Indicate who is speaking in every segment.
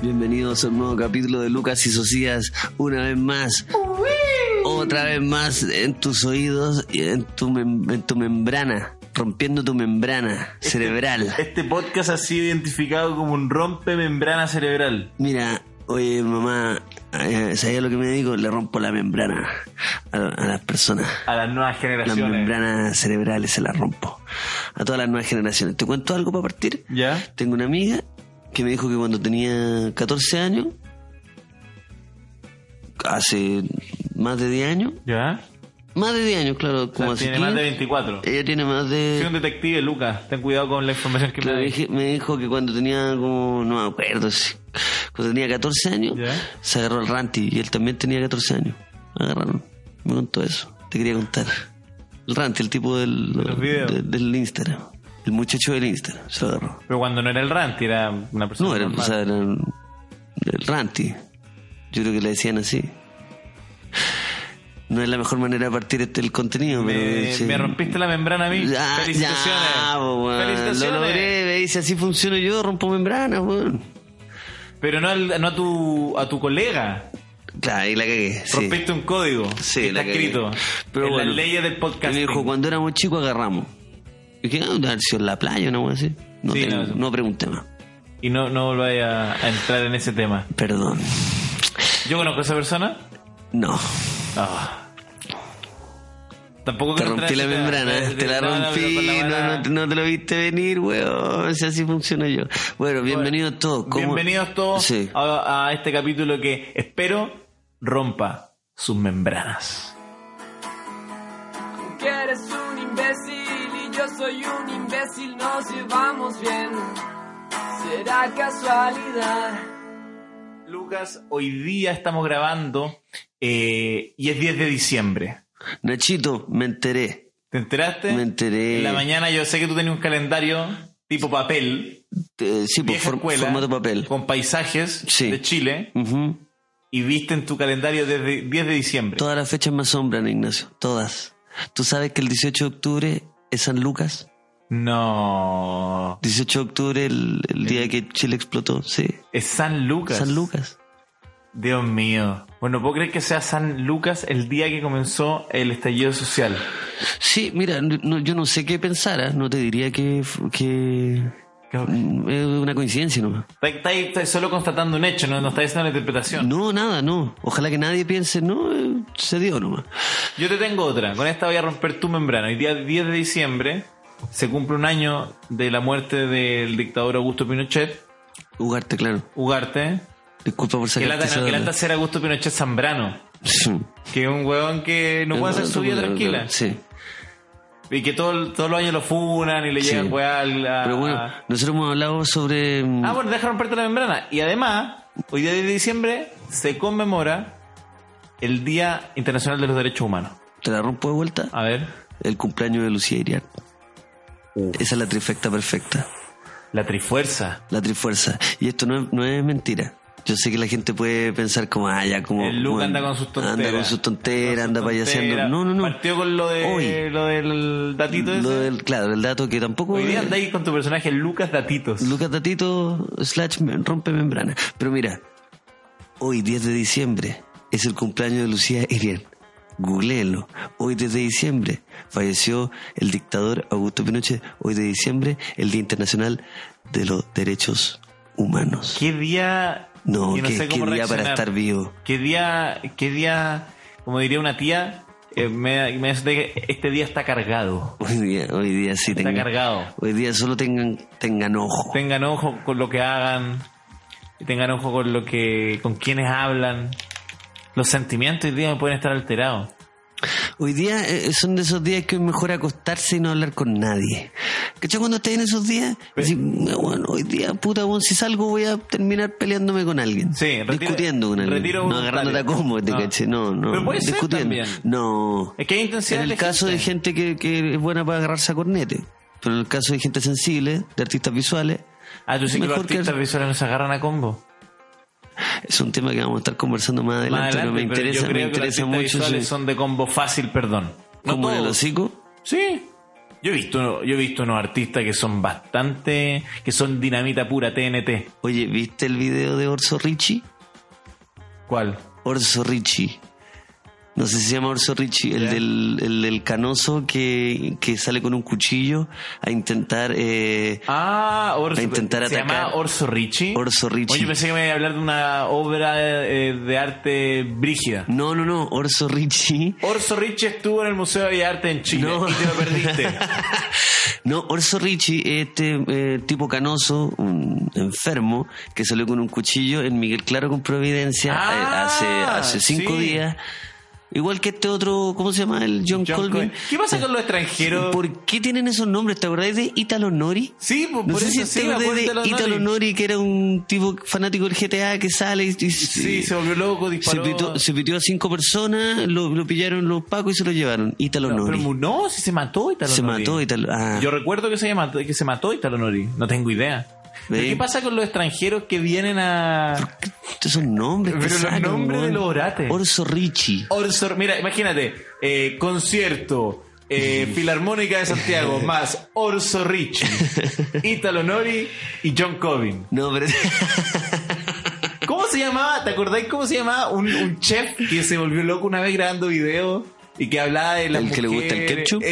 Speaker 1: Bienvenidos a un nuevo capítulo de Lucas y Socias, una vez más. Otra vez más en tus oídos y en tu, mem- en tu membrana, rompiendo tu membrana cerebral.
Speaker 2: Este podcast ha sido identificado como un rompe membrana cerebral.
Speaker 1: Mira, oye mamá, eh, ¿sabía lo que me dedico? Le rompo la membrana a, a las personas.
Speaker 2: A las nuevas
Speaker 1: Las
Speaker 2: generaciones.
Speaker 1: membranas cerebrales se las rompo. A todas las nuevas generaciones. ¿Te cuento algo para partir?
Speaker 2: ¿Ya?
Speaker 1: Tengo una amiga que me dijo que cuando tenía 14 años, hace más de 10 años,
Speaker 2: ¿Ya?
Speaker 1: más de 10 años, claro,
Speaker 2: O sea,
Speaker 1: como eh, hace
Speaker 2: tiene más de
Speaker 1: 15,
Speaker 2: 24.
Speaker 1: ella tiene más
Speaker 2: Soy un
Speaker 1: de...
Speaker 2: detective, Lucas. Ten cuidado con la información que
Speaker 1: claro,
Speaker 2: me
Speaker 1: dije- me dijo que cuando tenía como, no me acuerdo, si- cuando tenía 14 años,
Speaker 2: ¿Ya?
Speaker 1: se agarró al Ranti y él también tenía 14 años. Agarraron, me contó eso, te quería contar. El Ranti, el tipo del,
Speaker 2: los videos.
Speaker 1: de- del Instagram, el muchacho del Instagram, se lo agarró.
Speaker 2: Pero cuando no era el rant, era una persona.
Speaker 1: No, era, o
Speaker 2: normal.
Speaker 1: sea, era un- el ranty. Yo creo que le decían así. No es la mejor manera de partir este, el contenido,
Speaker 2: me,
Speaker 1: pero... eh, sí.
Speaker 2: me rompiste la membrana a mí.
Speaker 1: Ya,
Speaker 2: Felicitaciones.
Speaker 1: ya, po, weón.
Speaker 2: Felicitaciones.
Speaker 1: Lo logré, me dice, así funciono yo, rompo membrana, weón.
Speaker 2: Pero no, al- no a, tu, a tu colega.
Speaker 1: Claro, y la cagué, sí.
Speaker 2: Rompiste un código.
Speaker 1: Sí,
Speaker 2: que
Speaker 1: la
Speaker 2: está
Speaker 1: cagué.
Speaker 2: escrito.
Speaker 1: Pero
Speaker 2: en
Speaker 1: bueno.
Speaker 2: las leyes del
Speaker 1: Y
Speaker 2: podcast.
Speaker 1: me dijo, cuando éramos chicos agarramos. Y dije, ah, debe haber sido en la playa, no voy a decir. No,
Speaker 2: Sí,
Speaker 1: tengo-
Speaker 2: no, eso.
Speaker 1: no pregunté más.
Speaker 2: Y no, no vaya a entrar en ese tema.
Speaker 1: Perdón.
Speaker 2: Yo conozco a esa persona.
Speaker 1: No.
Speaker 2: Ah. Tampoco
Speaker 1: Te
Speaker 2: quiero
Speaker 1: rompí la
Speaker 2: entrar en ese
Speaker 1: membrana,
Speaker 2: tema.
Speaker 1: ¿eh? te la
Speaker 2: No, no,
Speaker 1: rompí,
Speaker 2: pero con la
Speaker 1: no,
Speaker 2: buena-
Speaker 1: no, te- no te lo viste venir, weón. O sea, así funciono yo. Bueno, bienvenidos todos. ¿Cómo-
Speaker 2: Bienvenidos todos
Speaker 1: Sí.
Speaker 2: a, a este capítulo que espero rompa sus membranas.
Speaker 3: Que eres un imbécil y yo soy un imbécil, nos llevamos bien. Será casualidad.
Speaker 2: Lucas, hoy día estamos grabando eh, y es 10 de diciembre.
Speaker 1: Nachito, me enteré.
Speaker 2: ¿Te enteraste?
Speaker 1: Me enteré.
Speaker 2: En la mañana yo sé que tú tenías un calendario tipo papel,
Speaker 1: Eh, sí, por
Speaker 2: vieja
Speaker 1: for-
Speaker 2: escuela,
Speaker 1: formato papel.
Speaker 2: con paisajes
Speaker 1: Sí.
Speaker 2: de Chile
Speaker 1: Ujú.
Speaker 2: y viste en tu calendario desde 10 de diciembre.
Speaker 1: Todas las fechas me asombran, Ignacio. Todas. ¿Tú sabes que el 18 de octubre es San Lucas?
Speaker 2: No.
Speaker 1: 18 de octubre, el, el día que Chile explotó, sí.
Speaker 2: Es San Lucas.
Speaker 1: San Lucas.
Speaker 2: Dios mío. Bueno, ¿puedo creer que sea San Lucas el día que comenzó el estallido social?
Speaker 1: Sí, mira, no- yo no sé qué pensara. No te diría que, que mm, es una coincidencia nomás.
Speaker 2: Estáis solo constatando un hecho, no, no estáis haciendo una interpretación.
Speaker 1: No, nada, no. Ojalá que nadie piense, no, eh, se dio nomás.
Speaker 2: Yo te tengo otra. Con esta voy a romper tu membrana. Hoy día 10 de diciembre se cumple un año de la muerte del dictador Augusto Pinochet,
Speaker 1: Ugarte, claro.
Speaker 2: Ugarte.
Speaker 1: Disculpa por
Speaker 2: Que
Speaker 1: sacar
Speaker 2: lata, no, que lata ser Augusto Pinochet Zambrano. Que es un huevón que no puede hacer su vida tranquila.
Speaker 1: Sí.
Speaker 2: Y que todo- todos los años lo funan y le
Speaker 1: Sí.
Speaker 2: llegan weá al- a-
Speaker 1: Pero bueno, nosotros hemos hablado sobre. mm,
Speaker 2: Ah, bueno, deja romperte la membrana. Y además, hoy día 10 de diciembre se conmemora el Día Internacional de los Derechos Humanos.
Speaker 1: Te la rompo de vuelta.
Speaker 2: A ver,
Speaker 1: El cumpleaños de Lucía Iriart. Esa es la trifecta perfecta.
Speaker 2: la Trifuerza.
Speaker 1: La trifuerza. Y esto no es, no es mentira. Yo sé que la gente puede pensar como, ah, ya, como.
Speaker 2: El Luca
Speaker 1: bueno,
Speaker 2: anda con sus tonteras.
Speaker 1: Anda con sus tonteras,
Speaker 2: Con
Speaker 1: anda
Speaker 2: sus
Speaker 1: payaseando.
Speaker 2: tonteras.
Speaker 1: No, no, no.
Speaker 2: Partió con lo, de,
Speaker 1: Hoy.
Speaker 2: lo del datito
Speaker 1: Lo
Speaker 2: ese.
Speaker 1: del, claro, el dato que tampoco.
Speaker 2: Hoy día
Speaker 1: es-
Speaker 2: andáis con tu personaje Lucas Datitos.
Speaker 1: Lucas Tatito slash me- rompe membrana. Pero mira, hoy 10 de diciembre es el cumpleaños de Lucía Irián. Googleenlo. Hoy 10 de diciembre falleció el dictador Augusto Pinochet. Hoy de diciembre el Día Internacional de los Derechos Humanos.
Speaker 2: Qué día...
Speaker 1: No,
Speaker 2: que
Speaker 1: qué, qué día para
Speaker 2: reaccionar.
Speaker 1: estar vivo.
Speaker 2: Qué día, qué día, como diría una tía, eh, me, me hace que este día está cargado.
Speaker 1: Hoy día, hoy día sí
Speaker 2: Está
Speaker 1: tengan,
Speaker 2: cargado.
Speaker 1: Hoy día solo tengan, tengan ojo.
Speaker 2: tengan ojo con lo que hagan, y tengan ojo con lo que, con quienes hablan. Los sentimientos hoy día pueden estar alterados.
Speaker 1: Hoy día eh, son de esos días que es mejor acostarse y no hablar con nadie. ¿Cachai? Cuando estés en esos días, decís, bueno, hoy día, puta, bueno, si salgo voy a terminar peleándome con alguien.
Speaker 2: Sí, retiro-
Speaker 1: discutiendo con alguien.
Speaker 2: retiro
Speaker 1: no agarrándote a
Speaker 2: voluntario.
Speaker 1: combo, te
Speaker 2: No.
Speaker 1: caché. No, no.
Speaker 2: Pero puede ser
Speaker 1: discutiendo.
Speaker 2: también.
Speaker 1: No.
Speaker 2: Es que hay intensidad
Speaker 1: En el
Speaker 2: de
Speaker 1: caso de gente que, que es buena para agarrarse a cornete. Pero en el caso de gente sensible, de artistas visuales,
Speaker 2: Ah, tú sí que los
Speaker 1: mejor que-
Speaker 2: artistas visuales nos agarran a combo.
Speaker 1: es un tema que vamos a estar conversando más adelante.
Speaker 2: Más adelante,
Speaker 1: no me
Speaker 2: pero
Speaker 1: interesa,
Speaker 2: yo creo
Speaker 1: me interesa
Speaker 2: que los artistas
Speaker 1: mucho.
Speaker 2: visuales
Speaker 1: sí.
Speaker 2: son de combo fácil, perdón. No
Speaker 1: Como en el
Speaker 2: todos.
Speaker 1: hocico.
Speaker 2: Sí. Yo he visto, yo he visto unos artistas que son bastante, que son dinamita pura TNT.
Speaker 1: Oye, ¿viste el video de Orso Richie?
Speaker 2: ¿Cuál?
Speaker 1: Orso Richie. No sé si se llama Orso Richie, el
Speaker 2: Ya.
Speaker 1: del, el del canoso que, que sale con un cuchillo a intentar... eh,
Speaker 2: Ah, Orso.
Speaker 1: A intentar
Speaker 2: se
Speaker 1: atacar.
Speaker 2: llama Orso Richie.
Speaker 1: Orso Richie.
Speaker 2: Oye, yo pensé que me iba a hablar de una obra eh, de arte brígida.
Speaker 1: No, no, no, Orso Richie.
Speaker 2: Orso Richie estuvo en el Museo de Bellas Artes en Chile
Speaker 1: No.
Speaker 2: y te lo perdiste.
Speaker 1: No, Orso Richie, este eh, tipo canoso, un enfermo, que salió con un cuchillo en Miguel Claro con Providencia
Speaker 2: Ah,
Speaker 1: eh, hace, hace cinco
Speaker 2: sí.
Speaker 1: días. Igual que este otro, ¿cómo se llama? El John,
Speaker 2: John
Speaker 1: Colvin.
Speaker 2: Colvin. ¿Qué pasa con los extranjeros?
Speaker 1: ¿Por qué tienen esos nombres? ¿Te acordáis de Italo Nori?
Speaker 2: Sí, por,
Speaker 1: No
Speaker 2: por
Speaker 1: sé si
Speaker 2: eso sí,
Speaker 1: te
Speaker 2: me
Speaker 1: acordás
Speaker 2: acuerdo
Speaker 1: de
Speaker 2: de los
Speaker 1: Italo
Speaker 2: Nori.
Speaker 1: Nori, que era un tipo fanático del GTA que sale y, y-
Speaker 2: Sí, se volvió loco,
Speaker 1: se,
Speaker 2: disparó.
Speaker 1: pitó, se pitió a cinco personas, lo, lo pillaron los pacos y se lo llevaron. Italo
Speaker 2: No,
Speaker 1: Nori.
Speaker 2: pero mu- no, sí se mató Italo
Speaker 1: se
Speaker 2: Nori.
Speaker 1: mató Italo. Ah,
Speaker 2: Yo recuerdo que se, llama- que se mató Italo Nori. No tengo idea. ¿Pero
Speaker 1: ¿Ve?
Speaker 2: ¿Qué pasa con los extranjeros que vienen a...
Speaker 1: estos son nombres.
Speaker 2: Pero
Speaker 1: que
Speaker 2: los
Speaker 1: sacan,
Speaker 2: nombres
Speaker 1: weón.
Speaker 2: de los orates.
Speaker 1: Orso Richie.
Speaker 2: Orso- mira, imagínate, eh, concierto, eh, Filarmónica de Santiago, más Orso Richie, Italo Nori y John Cobin.
Speaker 1: No, pero.
Speaker 2: ¿Cómo se llamaba? ¿Te acordáis cómo se llamaba un, un chef que se volvió loco una vez grabando video y que hablaba de la eh,
Speaker 1: ¿El que le gusta el ketchup?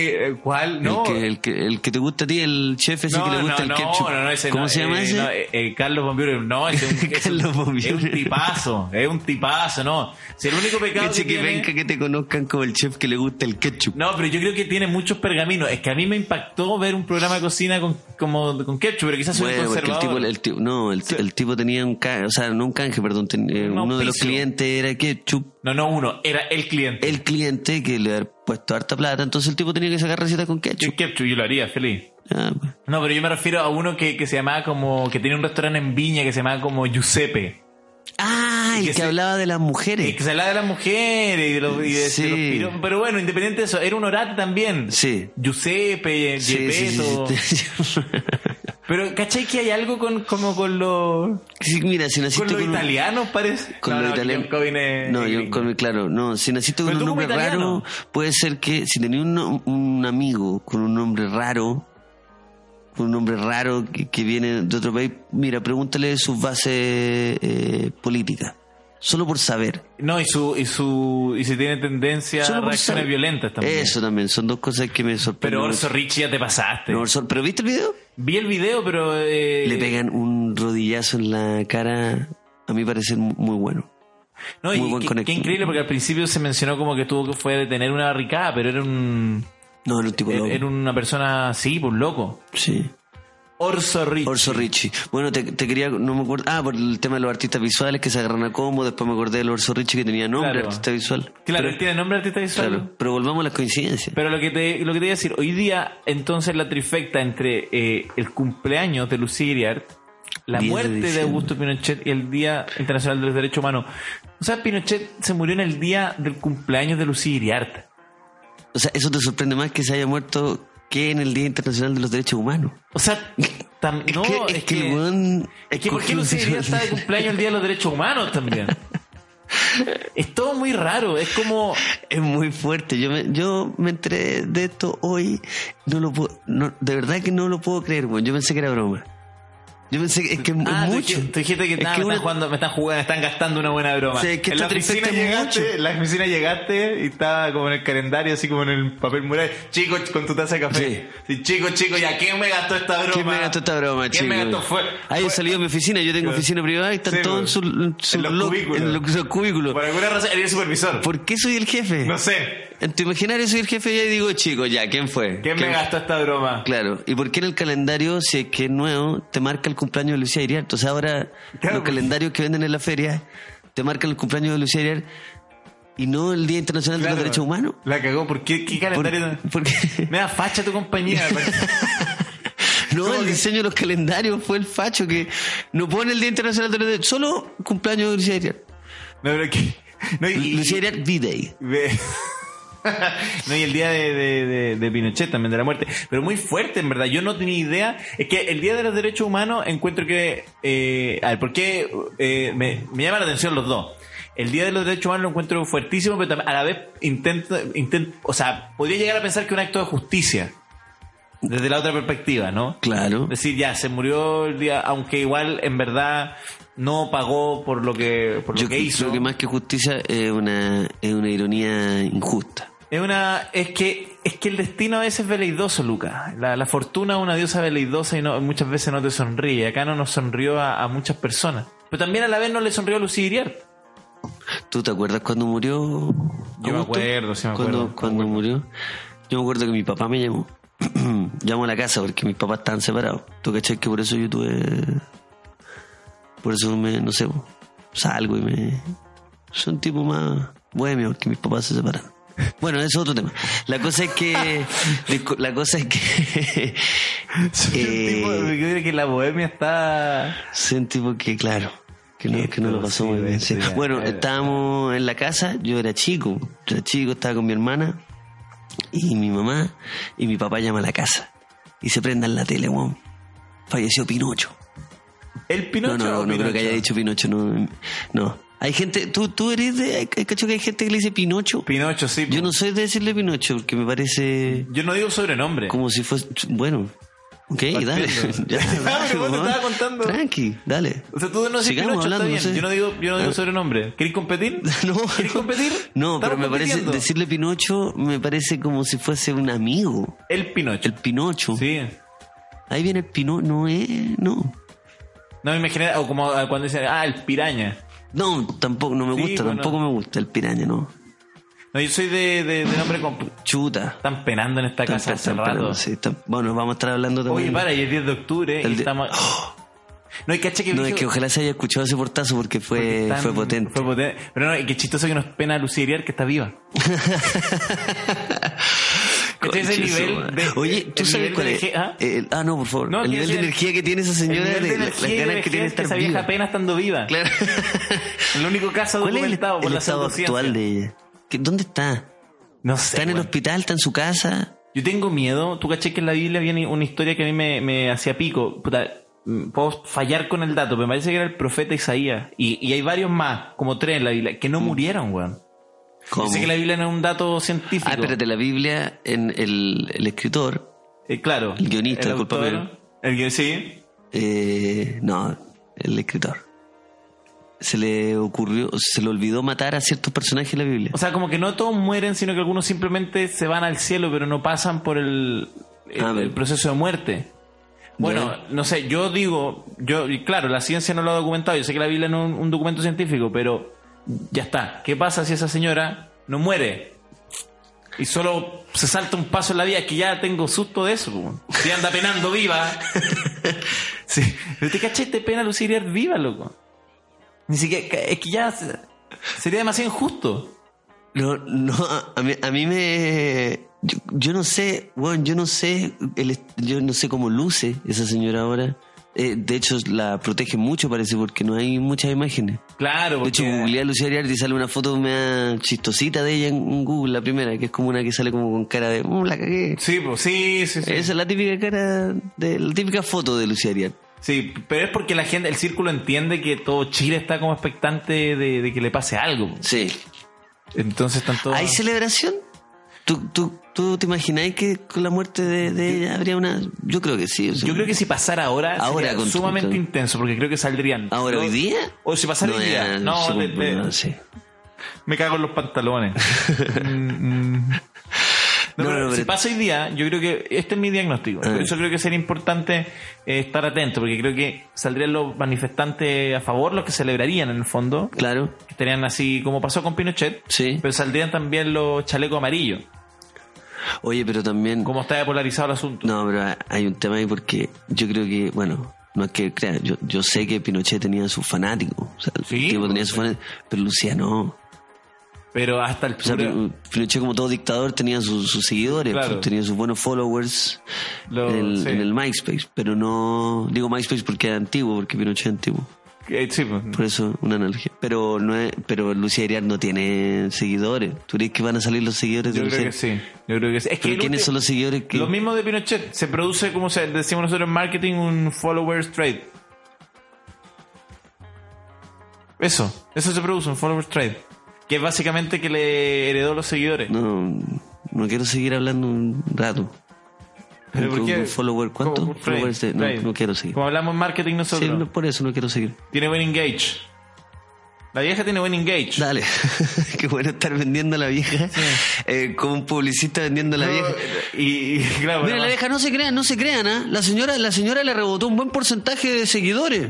Speaker 2: ¿Cuál? No.
Speaker 1: El, que, el, que, el que te gusta a ti, el chef ese
Speaker 2: No,
Speaker 1: que le gusta
Speaker 2: no,
Speaker 1: el
Speaker 2: no,
Speaker 1: ketchup.
Speaker 2: no, no, ese
Speaker 1: ¿Cómo
Speaker 2: no,
Speaker 1: se llama
Speaker 2: eh,
Speaker 1: ese?
Speaker 2: no, eh, eh, Carlos Bombiuro, no, ese es un, es un-
Speaker 1: Carlos Bombiuro.
Speaker 2: es un tipazo, es un tipazo, no. Si el único pecado
Speaker 1: Caché
Speaker 2: que
Speaker 1: que
Speaker 2: tiene-
Speaker 1: venga que te conozcan como el chef que le gusta el ketchup.
Speaker 2: No, pero yo creo que tiene muchos pergaminos. Es que a mí me impactó ver un programa de cocina con, como, con ketchup, pero quizás soy un
Speaker 1: Bueno, porque el
Speaker 2: conservador.
Speaker 1: tipo, el tipo- no, el, el tipo tenía un canje, o sea, no un canje, perdón, ten- eh,
Speaker 2: Un
Speaker 1: uno de los
Speaker 2: auspicio.
Speaker 1: clientes era ketchup,
Speaker 2: No, no uno, era el cliente.
Speaker 1: el cliente que le había puesto harta plata, entonces el tipo tenía que sacar recetas con
Speaker 2: Yo
Speaker 1: ketchup.
Speaker 2: ketchup, yo lo haría, feliz.
Speaker 1: Ah, pues.
Speaker 2: No, pero yo me refiero a uno que, que se llamaba como, que tenía un restaurante en Viña que se llamaba como Giuseppe.
Speaker 1: Ah,
Speaker 2: Y
Speaker 1: el
Speaker 2: que
Speaker 1: que,
Speaker 2: se-
Speaker 1: hablaba de las
Speaker 2: Y
Speaker 1: mujeres.
Speaker 2: que se hablaba de las mujeres y de los, y de- de
Speaker 1: Sí.
Speaker 2: los piropos. Pero bueno, independiente de eso, era un orate también.
Speaker 1: Sí.
Speaker 2: Giuseppe,
Speaker 1: Sí, sí, sí,
Speaker 2: Gepetto.
Speaker 1: sí.
Speaker 2: Pero, ¿cachai que hay algo con, como con los,
Speaker 1: Sí, Mira, si
Speaker 2: con
Speaker 1: naciste
Speaker 2: los
Speaker 1: con un-
Speaker 2: italianos, parece?
Speaker 1: con
Speaker 2: No,
Speaker 1: los
Speaker 2: no,
Speaker 1: italianos.
Speaker 2: John Cobin es-
Speaker 1: No,
Speaker 2: es
Speaker 1: John
Speaker 2: gringo.
Speaker 1: Cobin, claro. No, si naciste con
Speaker 2: Pero
Speaker 1: un
Speaker 2: tú como
Speaker 1: nombre
Speaker 2: italiano.
Speaker 1: raro, puede ser que si tenías un, no- un amigo con un nombre raro, con un nombre raro que, que viene de otro país, mira, pregúntale sus bases eh, políticas. Solo por saber.
Speaker 2: No, y su, y su, y si tiene tendencia
Speaker 1: Solo
Speaker 2: a
Speaker 1: por
Speaker 2: reacciones
Speaker 1: saber.
Speaker 2: violentas también.
Speaker 1: Eso también, son dos cosas que me sorprenden.
Speaker 2: Pero Orso Richie ya te pasaste.
Speaker 1: No, Orson- ¿Pero viste el video?
Speaker 2: Vi el video, pero eh,
Speaker 1: Le pegan un rodillazo en la cara, a mi parecer mu- muy bueno.
Speaker 2: no, y
Speaker 1: muy buen
Speaker 2: qué-
Speaker 1: conecte.
Speaker 2: qué increíble porque al principio se mencionó como que tuvo que fue a detener una barricada, pero era un
Speaker 1: No, era un tipo loco.
Speaker 2: era era una persona sí, por loco.
Speaker 1: Sí.
Speaker 2: Orso Richie.
Speaker 1: Orso Richie. Bueno, te, te quería, no me acuerdo. Ah, por el tema de los artistas visuales que se agarran a combo. Después me acordé del Orso Richie que tenía nombre,
Speaker 2: Claro.
Speaker 1: artista visual.
Speaker 2: Claro,
Speaker 1: Pero-
Speaker 2: él tiene nombre de artista visual.
Speaker 1: claro. Pero volvamos a las coincidencias.
Speaker 2: Pero lo que te lo que te iba a decir, hoy día entonces la trifecta entre eh, el cumpleaños de Lucía Iriart, la
Speaker 1: 10 de
Speaker 2: muerte de,
Speaker 1: diciembre.
Speaker 2: Augusto Pinochet y el Día Internacional de los Derechos Humanos. O sea, Pinochet se murió en el día del cumpleaños de Lucía Iriart.
Speaker 1: O sea, eso te sorprende más que se haya muerto que en el Día Internacional de los Derechos Humanos.
Speaker 2: O sea, tam- no,
Speaker 1: que, es que el weón.
Speaker 2: es que ¿por qué
Speaker 1: escogió-
Speaker 2: Lucía Iriart está de cumpleaños el Día de los Derechos Humanos también? es todo muy raro, es como
Speaker 1: Es muy fuerte. Yo me, yo me enteré de esto hoy. No lo puedo, no, de verdad que no lo puedo creer, weón. Yo pensé que era broma. Yo pensé que es que es
Speaker 2: Ah, tú
Speaker 1: mucho.
Speaker 2: dijiste- Tú dijiste que,
Speaker 1: Es
Speaker 2: nada,
Speaker 1: que
Speaker 2: me,
Speaker 1: una-
Speaker 2: están jugando, me están jugando, me están gastando una buena broma.
Speaker 1: O sea, es que
Speaker 2: en
Speaker 1: esta
Speaker 2: la oficina
Speaker 1: trifecta es
Speaker 2: llegaste,
Speaker 1: mucho.
Speaker 2: en la oficina llegaste y estaba como en el calendario, así como en el
Speaker 4: Pues,
Speaker 2: papel mural. Chicos, con tu taza de café. Sí, chicos, chicos, ¿ya quién me gastó esta broma?
Speaker 1: ¿Quién me gastó esta tota broma,
Speaker 2: ¿Quién me
Speaker 1: chico?
Speaker 2: gastó? Fue.
Speaker 1: Ah, yo
Speaker 2: fue-
Speaker 1: salí de mi oficina, yo tengo
Speaker 2: Sí.
Speaker 1: oficina privada y están
Speaker 2: Sí,
Speaker 1: todos
Speaker 2: pues.
Speaker 1: en su, en su
Speaker 2: En los
Speaker 1: lo-
Speaker 2: cubículos.
Speaker 1: en los- los cubículos.
Speaker 2: Por alguna razón, eres supervisor.
Speaker 1: ¿Por qué soy el jefe?
Speaker 2: No sé.
Speaker 1: En tu imaginario soy el jefe y ahí digo, chico, ya, ¿quién fue?
Speaker 2: ¿Quién me gastó esta broma?
Speaker 1: Claro, ¿y por qué en el calendario, si es que es nuevo, te marca el cumpleaños de Lucía Iriar? Entonces ahora
Speaker 2: Claro,
Speaker 1: los
Speaker 2: pues.
Speaker 1: calendarios que venden en la feria te marcan el cumpleaños de Lucía Iriar y no el Día Internacional de
Speaker 2: Claro.
Speaker 1: los Derechos Humanos.
Speaker 2: La cagó. ¿Por qué, qué calendario?
Speaker 1: ¿Por, por qué?
Speaker 2: Me da facha tu compañía. me parece.
Speaker 1: No,
Speaker 2: ¿Cómo
Speaker 1: el
Speaker 2: que?
Speaker 1: diseño de los calendarios fue el facho que no pone el Día Internacional de los Derechos Solo cumpleaños de Lucía Iriar.
Speaker 2: no, pero que... No, y- y-
Speaker 1: Lucía Iriar D-Day.
Speaker 2: Ve- no, y el día de, de- de- de Pinochet también, de la muerte. Pero muy fuerte, en verdad. Yo no tenía idea. Es que el Día de los Derechos Humanos encuentro que... Eh, a ver, ¿por qué? eh, me, me llama la atención los dos. El Día de los Derechos Humanos lo encuentro fuertísimo, pero tam- a la vez intento, intento... O sea, podría llegar a pensar que es un acto de justicia. Desde la otra perspectiva, ¿no?
Speaker 1: Claro.
Speaker 2: Es decir, ya, se murió el día, aunque igual en verdad no pagó por lo que, por lo
Speaker 1: Yo
Speaker 2: que hizo.
Speaker 1: creo que más que justicia es una, es una ironía injusta.
Speaker 2: Es una, es que, es que el destino a veces es veleidoso, Lucas. La, la fortuna es una diosa veleidosa y no, muchas veces no te sonríe. Acá no nos sonrió a, a muchas personas. Pero también a la vez no le sonrió a Lucy Iriar.
Speaker 1: ¿Tú te acuerdas cuando murió?
Speaker 2: Yo me
Speaker 1: Augusto?
Speaker 2: acuerdo, sí me
Speaker 1: Cuando-
Speaker 2: acuerdo.
Speaker 1: Cuando murió. Yo me acuerdo que mi papá me llamó. llamó a la casa porque mis papás estaban separados. ¿Tú cachai que por eso yo tuve... Por eso me, no sé, salgo y me... Soy un tipo más bohemio porque mis papás se separaron. Bueno, eso es otro tema. La cosa es que... discu- la cosa es que... eh,
Speaker 2: Yo creo que la bohemia está...
Speaker 1: Soy un tipo que, claro, que no, que no lo pasó muy bien. sí.
Speaker 2: Esto, sí,
Speaker 1: Bueno,
Speaker 2: claro.
Speaker 1: estábamos en la casa, yo era chico, yo era chico, estaba con mi hermana y mi mamá, y mi papá llama a la casa y se prendan la tele, weón. Falleció Pinocho.
Speaker 2: El Pinocho.
Speaker 1: no, no, no,
Speaker 2: o
Speaker 1: no creo
Speaker 2: Pinocho?
Speaker 1: que haya dicho Pinocho, no. no. Hay gente, tú, tú eres de, hay- hay cacho que hay gente que le dice Pinocho.
Speaker 2: Pinocho, sí.
Speaker 1: Yo no soy de decirle Pinocho porque me parece
Speaker 2: Yo no digo sobrenombre.
Speaker 1: como si fuese, bueno. Ok, dale.
Speaker 2: Partiendo.
Speaker 1: Ya,
Speaker 2: Ah, pero vos te
Speaker 1: weón.
Speaker 2: estabas contando.
Speaker 1: Tranqui, dale.
Speaker 2: O sea, tú no dices
Speaker 1: Sigamos
Speaker 2: Pinocho, está
Speaker 1: hablando,
Speaker 2: bien.
Speaker 1: no sé.
Speaker 2: Yo no digo, yo no digo sobrenombre. ¿Queréis competir?
Speaker 1: No,
Speaker 2: ¿Queréis
Speaker 1: no.
Speaker 2: competir?
Speaker 1: No, pero
Speaker 2: Estamos
Speaker 1: me parece,
Speaker 2: compitiendo.
Speaker 1: decirle Pinocho me parece como si fuese un amigo.
Speaker 2: El Pinocho.
Speaker 1: El Pinocho.
Speaker 2: Sí.
Speaker 1: Ahí viene el Pinocho, no es, no.
Speaker 2: No me imaginé, o como ah, cuando dicen, ah, el piraña.
Speaker 1: No, tampoco, no me
Speaker 2: Sí,
Speaker 1: gusta,
Speaker 2: bueno.
Speaker 1: tampoco me gusta el piraña, no.
Speaker 2: No, yo soy de, de, de nombre completo.
Speaker 1: Chuta.
Speaker 2: Están penando en esta casa
Speaker 1: Tan-
Speaker 2: hace
Speaker 1: tan- tan-
Speaker 2: rato.
Speaker 1: sí, tan- bueno, vamos a estar hablando también.
Speaker 2: Oye, para, y es 10 de octubre
Speaker 1: El
Speaker 2: y
Speaker 1: de-
Speaker 2: estamos... No, hay caché que...
Speaker 1: No, es
Speaker 2: brígido-
Speaker 1: que ojalá se haya escuchado ese portazo porque fue,
Speaker 2: porque tan-
Speaker 1: fue potente.
Speaker 2: fue potente. Pero no, y qué chistoso que nos pena Luciriar que está viva. Este es el
Speaker 1: Conche su
Speaker 2: nivel
Speaker 1: madre.
Speaker 2: de-
Speaker 1: Oye, ¿tú
Speaker 2: el
Speaker 1: sabes
Speaker 2: nivel
Speaker 1: cuál
Speaker 2: de
Speaker 1: es?
Speaker 2: energía- ¿Ah?
Speaker 1: El- ah, no, por favor.
Speaker 2: No,
Speaker 1: el
Speaker 2: que
Speaker 1: nivel de
Speaker 2: ese-
Speaker 1: energía que tiene esa señora,
Speaker 2: El nivel
Speaker 1: de-
Speaker 2: de
Speaker 1: las
Speaker 2: energía y
Speaker 1: ganas
Speaker 2: de
Speaker 1: que tiene de estar
Speaker 2: energía esa
Speaker 1: viva.
Speaker 2: vieja apenas estando viva.
Speaker 1: Claro.
Speaker 2: El único caso
Speaker 1: ¿Cuál es el,
Speaker 2: documentado por
Speaker 1: el
Speaker 2: la
Speaker 1: estado
Speaker 2: pseudociencia.
Speaker 1: actual de ella? ¿Qué- ¿Dónde está?
Speaker 2: No sé.
Speaker 1: ¿Está en el
Speaker 2: weón.
Speaker 1: hospital? ¿Está en su casa?
Speaker 2: Yo tengo miedo. Tú caché que en la Biblia viene una historia que a mí me, me hacía pico. Puta, mm, puedo fallar con el dato, pero me parece que era el profeta Isaías. Y, y hay varios más, como tres en la Biblia, que no murieron, weón.
Speaker 1: Mm. ¿Cómo?
Speaker 2: Yo sé que la Biblia no es un dato científico.
Speaker 1: Ah, espérate, la Biblia, en el, el escritor,
Speaker 2: Eh, claro.
Speaker 1: El guionista,
Speaker 2: el autor,
Speaker 1: discúlpame.
Speaker 2: El guion, sí.
Speaker 1: eh, no, el escritor, se le ocurrió, se le olvidó matar a ciertos personajes de la Biblia.
Speaker 2: O sea, como que no todos mueren, sino que algunos simplemente se van al cielo, pero no pasan por el, el-
Speaker 1: A ver.
Speaker 2: el proceso de muerte. Bueno,
Speaker 1: Ya.
Speaker 2: no sé, yo digo, yo, y claro, la ciencia no lo ha documentado, yo sé que la Biblia no es un, un documento científico, pero ya está. ¿Qué pasa si esa señora no muere? Y solo se salta un paso en la vida, es que ya tengo susto de eso. po. Si anda penando viva. sí. Pero te caché, te pena lucir viva, loco. Ni siquiera, es que ya se- sería demasiado injusto.
Speaker 1: No, no, a mí, a mí me... Yo, yo no sé, bueno, yo no sé, el est- yo no sé cómo luce esa señora ahora. Eh, de hecho, la protege mucho, parece, porque no hay muchas imágenes.
Speaker 2: Claro,
Speaker 1: De hecho,
Speaker 2: porque-
Speaker 1: googleé a Lucía Ariarte y sale una foto media chistosita de ella en Google, la primera, que es como una que sale como con cara de, "Mm, la cagué.
Speaker 2: Sí, pues, sí, sí, sí.
Speaker 1: Esa es la típica cara, de, la típica foto de Lucía Ariarte.
Speaker 2: Sí, pero es porque la gente, el círculo entiende que todo Chile está como expectante de, de que le pase algo.
Speaker 1: Sí.
Speaker 2: Entonces están todos...
Speaker 1: ¿Hay celebración? ¿Tú, tú, tú te imagináis que con la muerte de, de ella habría una...? Yo creo que sí. o sea,
Speaker 2: Yo creo que si pasara ahora,
Speaker 1: Ahora,
Speaker 2: sería
Speaker 1: con-
Speaker 2: sumamente
Speaker 1: con-
Speaker 2: intenso, porque creo que saldrían.
Speaker 1: ¿Ahora,
Speaker 2: ¿no?
Speaker 1: hoy día?
Speaker 2: O si pasara hoy día.
Speaker 1: ya,
Speaker 2: No,
Speaker 1: sé,
Speaker 2: de- de-
Speaker 1: pues, no sé.
Speaker 2: me cago en los pantalones. Mm, mm. No,
Speaker 1: No,
Speaker 2: pero
Speaker 1: no,
Speaker 2: si
Speaker 1: pero-
Speaker 2: pasa hoy día, yo creo que este es mi diagnóstico.
Speaker 1: Ah.
Speaker 2: Por eso creo que sería importante eh, estar atento, porque creo que saldrían los manifestantes a favor, los que celebrarían en el fondo,
Speaker 1: Claro,
Speaker 2: que estarían así como pasó con Pinochet,
Speaker 1: sí.
Speaker 2: pero saldrían también los chalecos amarillos,
Speaker 1: Oye, pero también...
Speaker 2: como está polarizado el asunto.
Speaker 1: No, pero ha- hay un tema ahí porque yo creo que, bueno, no es que crea, yo, yo sé que Pinochet tenía sus fanáticos, o sea,
Speaker 2: Sí,
Speaker 1: el tipo tenía
Speaker 2: pues,
Speaker 1: sus fanáticos, pero Lucía no.
Speaker 2: Pero hasta el
Speaker 1: O sea,
Speaker 2: puro-
Speaker 1: Pin- Pinochet como todo dictador tenía sus, sus seguidores,
Speaker 2: Claro.
Speaker 1: pues, tenía sus buenos followers
Speaker 2: Lo-
Speaker 1: en, el,
Speaker 2: sí.
Speaker 1: en el MySpace, pero no, digo MySpace porque era antiguo, porque Pinochet es antiguo,
Speaker 2: eh, sí, pues,
Speaker 1: por eso una analogía. Pero no es, pero Lucía Arias no tiene seguidores, ¿tú crees que van a salir los seguidores de
Speaker 2: yo creo
Speaker 1: Lucía?
Speaker 2: que sí. Yo creo que sí. Es que
Speaker 1: Pero
Speaker 2: el
Speaker 1: ¿quiénes
Speaker 2: último-
Speaker 1: son los seguidores que...?
Speaker 2: Lo mismo de Pinochet. Se produce, como se decimos nosotros en marketing, un follower trade. Eso, eso se produce, un follower trade. Que es básicamente que le heredó los seguidores.
Speaker 1: No, no quiero seguir hablando un rato.
Speaker 2: ¿Pero por
Speaker 1: Un-
Speaker 2: qué?
Speaker 1: un follower, ¿cuánto?
Speaker 2: Como-
Speaker 1: Followers de- no,
Speaker 2: Fred,
Speaker 1: no quiero seguir.
Speaker 2: Como hablamos en marketing
Speaker 1: Sí,
Speaker 2: nosotros.
Speaker 1: no, por eso no quiero seguir.
Speaker 2: Tiene buen engage. La vieja tiene buen engage.
Speaker 1: Dale, qué bueno estar vendiendo a la vieja eh, como un publicista vendiendo a la
Speaker 2: No,
Speaker 1: vieja.
Speaker 2: Y, y, claro,
Speaker 1: Mira,
Speaker 2: bueno,
Speaker 1: la vieja no se crean, no se crean, ¿ah? La señora, la señora le rebotó un buen porcentaje de seguidores.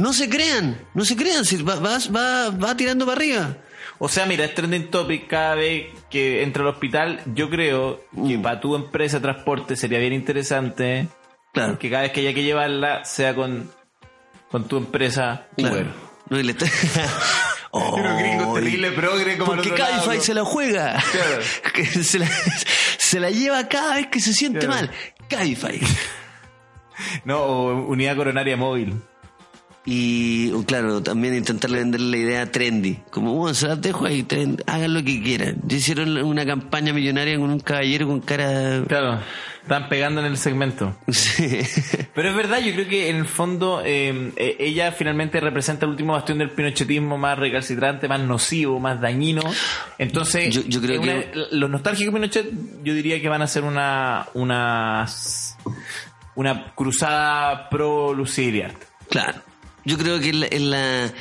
Speaker 1: No se crean, no se crean, si va, va, va, va tirando para arriba.
Speaker 2: O sea, mira, es trending topic cada vez que entra al hospital. Yo creo que
Speaker 1: Mm.
Speaker 2: para tu empresa de transporte sería bien interesante
Speaker 1: Claro,
Speaker 2: que cada vez que haya que llevarla sea con, con tu empresa
Speaker 1: claro.
Speaker 2: Uber.
Speaker 1: No, y le está-
Speaker 2: Pero gringo
Speaker 1: Ay,
Speaker 2: terrible progre como
Speaker 1: Porque
Speaker 2: al otro lado,
Speaker 1: Cabify
Speaker 2: ¿no?
Speaker 1: se la juega.
Speaker 2: Claro.
Speaker 1: Que se, la, se la lleva cada vez que se siente
Speaker 2: Claro.
Speaker 1: mal. Cabify.
Speaker 2: No, o unidad coronaria móvil.
Speaker 1: Y o claro, también intentarle vender la idea trendy. Como, bueno, se las dejo ahí, ten- hagan lo que quieran. Ya hicieron una campaña millonaria con un caballero con cara...
Speaker 2: Claro, están pegando en el segmento.
Speaker 1: Sí.
Speaker 2: Pero es verdad, yo creo que en el fondo eh, eh, ella finalmente representa el último bastión del pinochetismo más recalcitrante, más nocivo, más dañino. Entonces,
Speaker 1: Yo- yo creo
Speaker 2: es una-
Speaker 1: que-
Speaker 2: los nostálgicos Pinochet yo diría que van a ser una una, una cruzada pro Lucía Iriarte.
Speaker 1: Claro. Yo creo que es, la- es la- es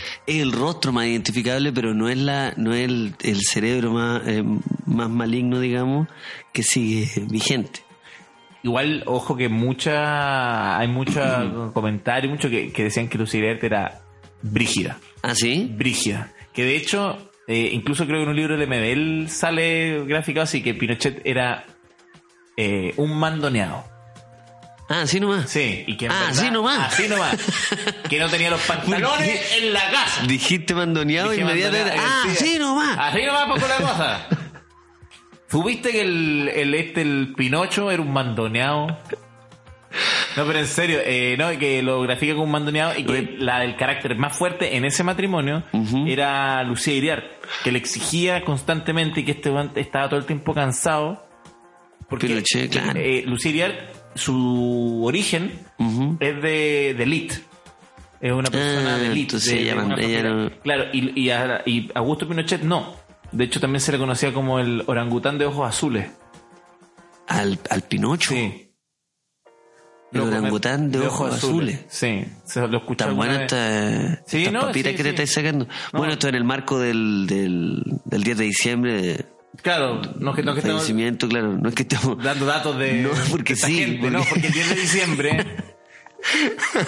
Speaker 1: el rostro más identificable, pero no es la no es el, el cerebro más, eh, más maligno, digamos, que sigue vigente.
Speaker 2: Igual, ojo que mucha hay muchos comentarios, mucho que, que decían que Lucía Iriarte era brígida.
Speaker 1: ¿Ah, sí?
Speaker 2: brígida. Que de hecho, eh, incluso creo que en un libro del MBL sale gráfico así que Pinochet era eh, un mandoneado.
Speaker 1: Ah, sí nomás.
Speaker 2: Sí, y que en
Speaker 1: Ah,
Speaker 2: verdad-
Speaker 1: así nomás.
Speaker 2: Así nomás. que no tenía los pantalones en la casa.
Speaker 1: Dijiste mandoneado
Speaker 2: Dije,
Speaker 1: inmediatamente.
Speaker 2: mandoneado,
Speaker 1: Ah,
Speaker 2: eh,
Speaker 1: sí nomás.
Speaker 2: Así nomás poco la cosa. ¿Supiste que el, el, este, el Pinocho era un mandoneado? No, pero en serio, eh, no, que lo grafica como un mandoneado y que la del carácter más fuerte en ese matrimonio
Speaker 1: Ujú.
Speaker 2: era Lucía Iriar, que le exigía constantemente y que este guante estaba todo el tiempo cansado. Porque
Speaker 1: Pinochet, claro.
Speaker 2: eh, Lucía Iriar, su origen
Speaker 1: Ujú.
Speaker 2: es de, de elite. Es una persona
Speaker 1: Ah,
Speaker 2: de elite.
Speaker 1: entonces
Speaker 2: de-
Speaker 1: ella
Speaker 2: de
Speaker 1: man-
Speaker 2: una
Speaker 1: ella
Speaker 2: familia.
Speaker 1: no-
Speaker 2: Claro, y, y a- y Augusto Pinochet no. De hecho, también se le conocía como el orangután de ojos azules.
Speaker 1: Al, al Pinocho.
Speaker 2: Sí.
Speaker 1: El orangután de, ojos azules.
Speaker 2: Sí, se lo escuché
Speaker 1: Tan
Speaker 2: alguna
Speaker 1: buena
Speaker 2: vez.
Speaker 1: esta,
Speaker 2: Sí,
Speaker 1: estas
Speaker 2: no,
Speaker 1: papitas que
Speaker 2: sí, sí.
Speaker 1: te estáis sacando.
Speaker 2: No.
Speaker 1: Bueno, esto en el marco del, del, del 10 de diciembre. De,
Speaker 2: Claro, no es que, no es que estamos
Speaker 1: fallecimiento, claro. No es que estemos.
Speaker 2: dando datos de.
Speaker 1: No, porque
Speaker 2: de esta
Speaker 1: sí,
Speaker 2: gente,
Speaker 1: porque-
Speaker 2: No, porque el 10 de diciembre.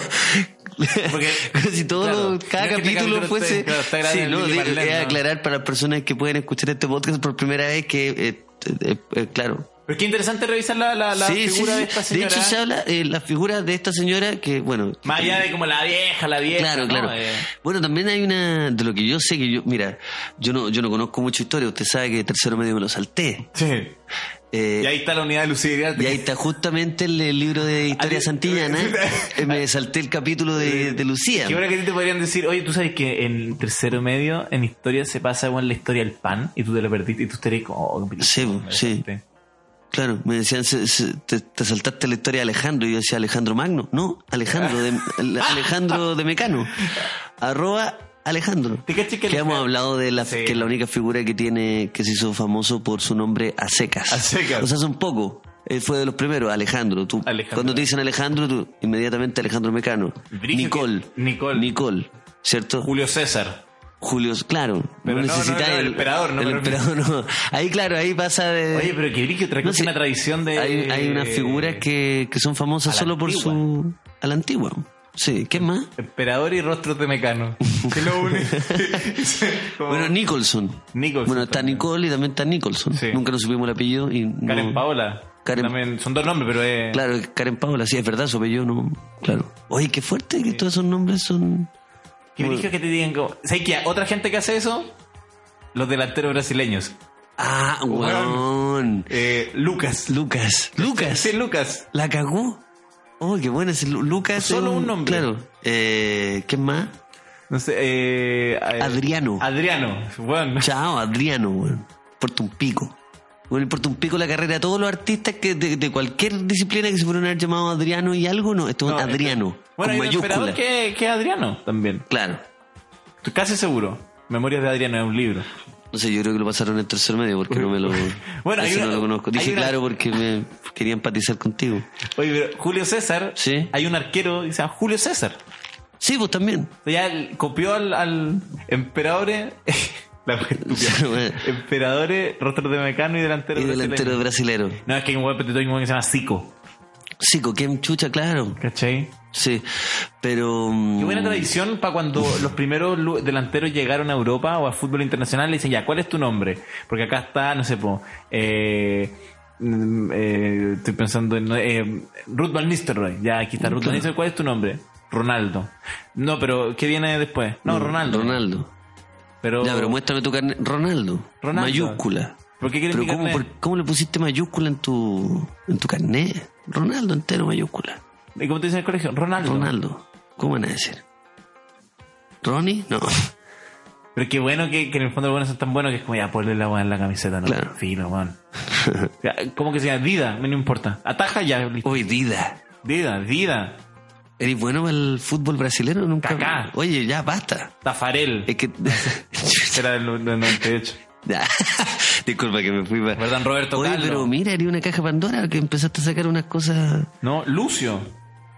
Speaker 2: Porque.
Speaker 1: si todo
Speaker 2: claro,
Speaker 1: lo- cada
Speaker 2: no es que este
Speaker 1: capítulo
Speaker 2: capítulo
Speaker 1: fuese.
Speaker 2: esté- claro, está grabado
Speaker 1: sí,
Speaker 2: en el
Speaker 1: no, de-
Speaker 2: Lili
Speaker 1: eh,
Speaker 2: Marlene,
Speaker 1: es
Speaker 2: ¿no?
Speaker 1: aclarar para personas que pueden escuchar este podcast por primera vez que. eh, eh, eh, claro.
Speaker 2: Pero es que interesante revisar la, la, la
Speaker 1: Sí, sí,
Speaker 2: figura
Speaker 1: sí.
Speaker 2: de esta señora.
Speaker 1: hecho, se habla eh, la figura de esta señora que, bueno,
Speaker 2: Más allá de como la vieja, la vieja.
Speaker 1: Claro,
Speaker 2: ¿no?
Speaker 1: claro.
Speaker 2: Eh,
Speaker 1: Bueno, también hay una, de lo que yo sé que yo, mira, yo no, yo no conozco mucha historia, usted sabe que tercero medio me lo salté.
Speaker 2: Sí.
Speaker 1: Eh,
Speaker 2: Y ahí está la unidad de lucididad.
Speaker 1: y ahí está justamente el, el libro de Historia
Speaker 2: Ahí-
Speaker 1: Santillana. Eh, me salté el capítulo de, de Lucía.
Speaker 2: Que ahora que a ti te podrían decir, oye, tú sabes que en tercero medio, en historia, se pasa bueno, la historia del pan y tú te lo perdiste y tú estarías como. oh, qué
Speaker 1: Sí,
Speaker 2: película,
Speaker 1: sí.
Speaker 2: ¿verdad?
Speaker 1: Claro, me decían, se- se- te, te saltaste la historia de Alejandro. Y yo decía, Alejandro Magno. No, Alejandro de, el- Alejandro de Mecano. Arroba Alejandro.
Speaker 2: ¿Te cachas que
Speaker 1: Que
Speaker 2: el-
Speaker 1: hemos hablado de la,
Speaker 2: Sí.
Speaker 1: que es la única figura que tiene, que se hizo famoso por su nombre a secas.
Speaker 2: A secas.
Speaker 1: O sea, son poco. Él fue de los primeros, Alejandro. Tú,
Speaker 2: Alejandro.
Speaker 1: Cuando te dicen Alejandro, tú, inmediatamente Alejandro Mecano.
Speaker 2: Brígido.
Speaker 1: Nicole.
Speaker 2: Nicole.
Speaker 1: Nicole. ¿Cierto?
Speaker 2: Julio César.
Speaker 1: Julio, claro.
Speaker 2: Pero no, no,
Speaker 1: necesitáis
Speaker 2: no, el emperador, no,
Speaker 1: el
Speaker 2: pero-
Speaker 1: emperador, no. Ahí, claro, ahí pasa de.
Speaker 2: Oye, pero que brillo, otra
Speaker 1: Eh, No
Speaker 2: cosa,
Speaker 1: sé,
Speaker 2: una tradición de.
Speaker 1: Hay, hay unas figuras que, que son famosas
Speaker 2: a la
Speaker 1: solo por
Speaker 2: antigua.
Speaker 1: su. a la antigua. Sí, ¿qué más?
Speaker 2: Emperador y rostros de mecano. Que lo une. Como-
Speaker 1: Bueno, Nicholson.
Speaker 2: Nicholson
Speaker 1: Bueno, está
Speaker 2: también.
Speaker 1: Nicole y también está Nicholson.
Speaker 2: Sí.
Speaker 1: Nunca nos supimos el apellido. Y no-
Speaker 2: Karen Paola.
Speaker 1: mm, Karen-
Speaker 2: También son dos nombres, pero eh, es.
Speaker 1: Claro, Karen Paola, sí, es verdad, su apellido no. Claro. Oye, qué fuerte que todos esos nombres son.
Speaker 2: Que brillo que te digan como. ¿Sabes qué? Otra gente que hace eso, los delanteros brasileños.
Speaker 1: Ah, weón.
Speaker 2: Eh, Lucas.
Speaker 1: Lucas. Lucas.
Speaker 2: Sí, Lucas.
Speaker 1: La cagó. Oh, qué bueno ese Lu- Lucas. es
Speaker 2: Solo un nombre.
Speaker 1: Claro. Eh, ¿Qué más?
Speaker 2: No sé, eh, eh,
Speaker 1: Adriano.
Speaker 2: Adriano, bueno.
Speaker 1: Chao, Adriano, weón. Importa un pico. Bueno, importa un pico la carrera de todos los artistas que de, de cualquier disciplina que se pudieron haber llamado Adriano y algo, no. Esto es
Speaker 2: No,
Speaker 1: un
Speaker 2: este-
Speaker 1: Adriano.
Speaker 2: Bueno, hay
Speaker 1: con
Speaker 2: un emperador
Speaker 1: mayúscula.
Speaker 2: que, que es Adriano también.
Speaker 1: Claro.
Speaker 2: Estoy casi seguro. Memorias de Adriano es un libro.
Speaker 1: No sé, yo creo que lo pasaron en tercer medio porque no me lo.
Speaker 2: Bueno,
Speaker 1: Bueno,
Speaker 2: hay una-
Speaker 1: no lo conozco.
Speaker 2: hay
Speaker 1: Dije
Speaker 2: una-
Speaker 1: claro porque me. quería empatizar contigo.
Speaker 2: Oye, pero Julio César,
Speaker 1: Sí.
Speaker 2: hay un arquero que se llama Julio César.
Speaker 1: Sí, vos también.
Speaker 2: O sea, ya el- copió al, al emperadore. la wea
Speaker 1: Sí,
Speaker 2: estúpida.
Speaker 1: wea.
Speaker 2: Emperadores, rostro de mecano y delantero.
Speaker 1: Y delantero
Speaker 2: brasileño.
Speaker 1: brasilero.
Speaker 2: No, es que hay un weón petito que se llama Zico.
Speaker 1: Sí, con Ken Chucha, claro.
Speaker 2: ¿Cachai?
Speaker 1: Sí, pero... mm,
Speaker 2: Qué buena tradición para cuando los primeros lu- delanteros llegaron a Europa o al fútbol internacional le dicen, ya, ¿cuál es tu nombre? Porque acá está, no sé, po, eh, mm, eh, estoy pensando en... Eh, Ruth Van Nistelrooy. Ya, aquí está Ruth Van Nistelrooy. ¿Cuál es tu nombre? Ronaldo. No, pero ¿qué viene después? No, Ronaldo.
Speaker 1: Mm, Ronaldo.
Speaker 2: Pero,
Speaker 1: Ya, pero muéstrame tu carnet. Ronaldo.
Speaker 2: Ronaldo.
Speaker 1: Mayúscula.
Speaker 2: ¿Por qué quieres
Speaker 1: Pero
Speaker 2: mi
Speaker 1: ¿cómo,
Speaker 2: carnet?
Speaker 1: por- ¿cómo le pusiste mayúscula en tu, en tu carnet? Ronaldo entero mayúscula.
Speaker 2: ¿Y cómo te dicen en el colegio? Ronaldo.
Speaker 1: Ronaldo. ¿Cómo van a decir? ¿Ronnie? No.
Speaker 2: Pero qué bueno que, que en el fondo los buenos son tan buenos que es como, ya, ponle la weá en la camiseta, ¿no?
Speaker 1: Claro.
Speaker 2: Filo, weón. O sea, ¿Cómo que se llama? Dida, me no importa. Ataja ya, listo.
Speaker 1: Hoy Dida.
Speaker 2: Dida, Dida.
Speaker 1: ¿Eres bueno para el fútbol brasileño? Nunca.
Speaker 2: Cacá.
Speaker 1: Oye, ya basta.
Speaker 2: Tafarel.
Speaker 1: Es que.
Speaker 2: Era el 98.
Speaker 1: Ya. Disculpa que me fui para.
Speaker 2: ¿Verdad, Roberto
Speaker 1: Oye,
Speaker 2: Carlos?
Speaker 1: pero mira, eres una caja Pandora que empezaste a sacar unas cosas.
Speaker 2: No, Lucio.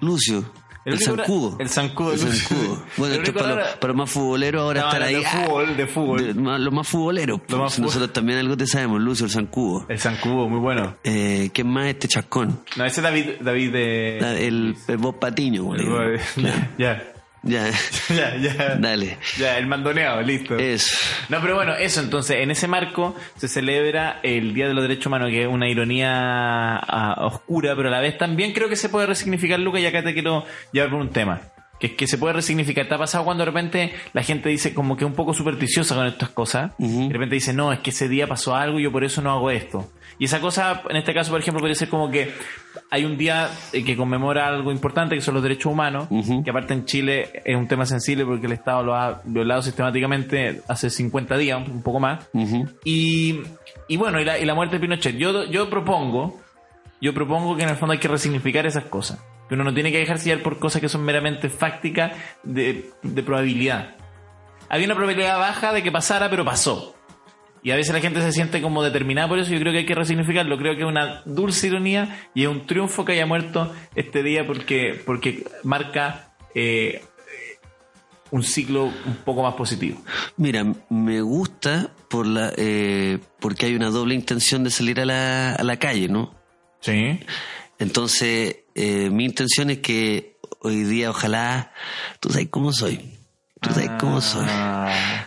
Speaker 1: Lucio. El,
Speaker 2: único era-
Speaker 1: zancudo.
Speaker 2: El zancudo.
Speaker 1: El zancudo. Bueno,
Speaker 2: El
Speaker 1: esto es
Speaker 2: único
Speaker 1: para,
Speaker 2: era-
Speaker 1: los- para los más futboleros ahora
Speaker 2: No,
Speaker 1: estar
Speaker 2: no,
Speaker 1: ahí.
Speaker 2: De
Speaker 1: ah,
Speaker 2: fútbol, de fútbol.
Speaker 1: de- más- los más futboleros. pues.
Speaker 2: más Eh. fut-
Speaker 1: Nosotros también algo te sabemos, Lucio, el zancudo.
Speaker 2: El zancudo, muy bueno.
Speaker 1: Eh, ¿Quién más? Este chascón.
Speaker 2: No, ese es David, David de...
Speaker 1: La- el, el Bob Patiño, boludo.
Speaker 2: de- ya,
Speaker 1: Ya,
Speaker 2: ya, ya.
Speaker 1: dale. Eh.
Speaker 2: Ya, el mandoneado, listo.
Speaker 1: Eso.
Speaker 2: No, pero bueno, eso entonces, en ese marco se celebra el Día de los Derechos Humanos, que es una ironía ah, oscura, pero a la vez también creo que se puede resignificar, Luca, y acá te quiero llevar por un tema, que es que se puede resignificar. Te ha pasado cuando de repente la gente dice como que un poco supersticiosa con estas cosas,
Speaker 1: Ujú.
Speaker 2: de repente dice, no, es que ese día pasó algo y yo por eso no hago esto. Y esa cosa, en este caso, por ejemplo, podría ser como que hay un día eh, que conmemora algo importante, que son los derechos humanos,
Speaker 1: Ujú.
Speaker 2: que aparte en Chile es un tema sensible porque el Estado lo ha violado sistemáticamente hace 50 días, un poco más.
Speaker 1: Ujú.
Speaker 2: Y, y bueno, y la, y la muerte de Pinochet. Yo, yo propongo, yo propongo que en el fondo hay que resignificar esas cosas. Que uno no tiene que dejarse llevar por cosas que son meramente fácticas de, de probabilidad. Había una probabilidad baja de que pasara, pero pasó. Y a veces la gente se siente como determinada por eso. Yo creo que hay que resignificarlo. Creo que es una dulce ironía y es un triunfo que haya muerto este día porque, porque marca eh, un ciclo un poco más positivo.
Speaker 1: Mira, me gusta por la eh, porque hay una doble intención de salir a la, a la calle, ¿no?
Speaker 2: Sí.
Speaker 1: Entonces, eh, mi intención es que hoy día, ojalá, tú sabes cómo soy. Tú sabes
Speaker 2: Ah.
Speaker 1: cómo soy.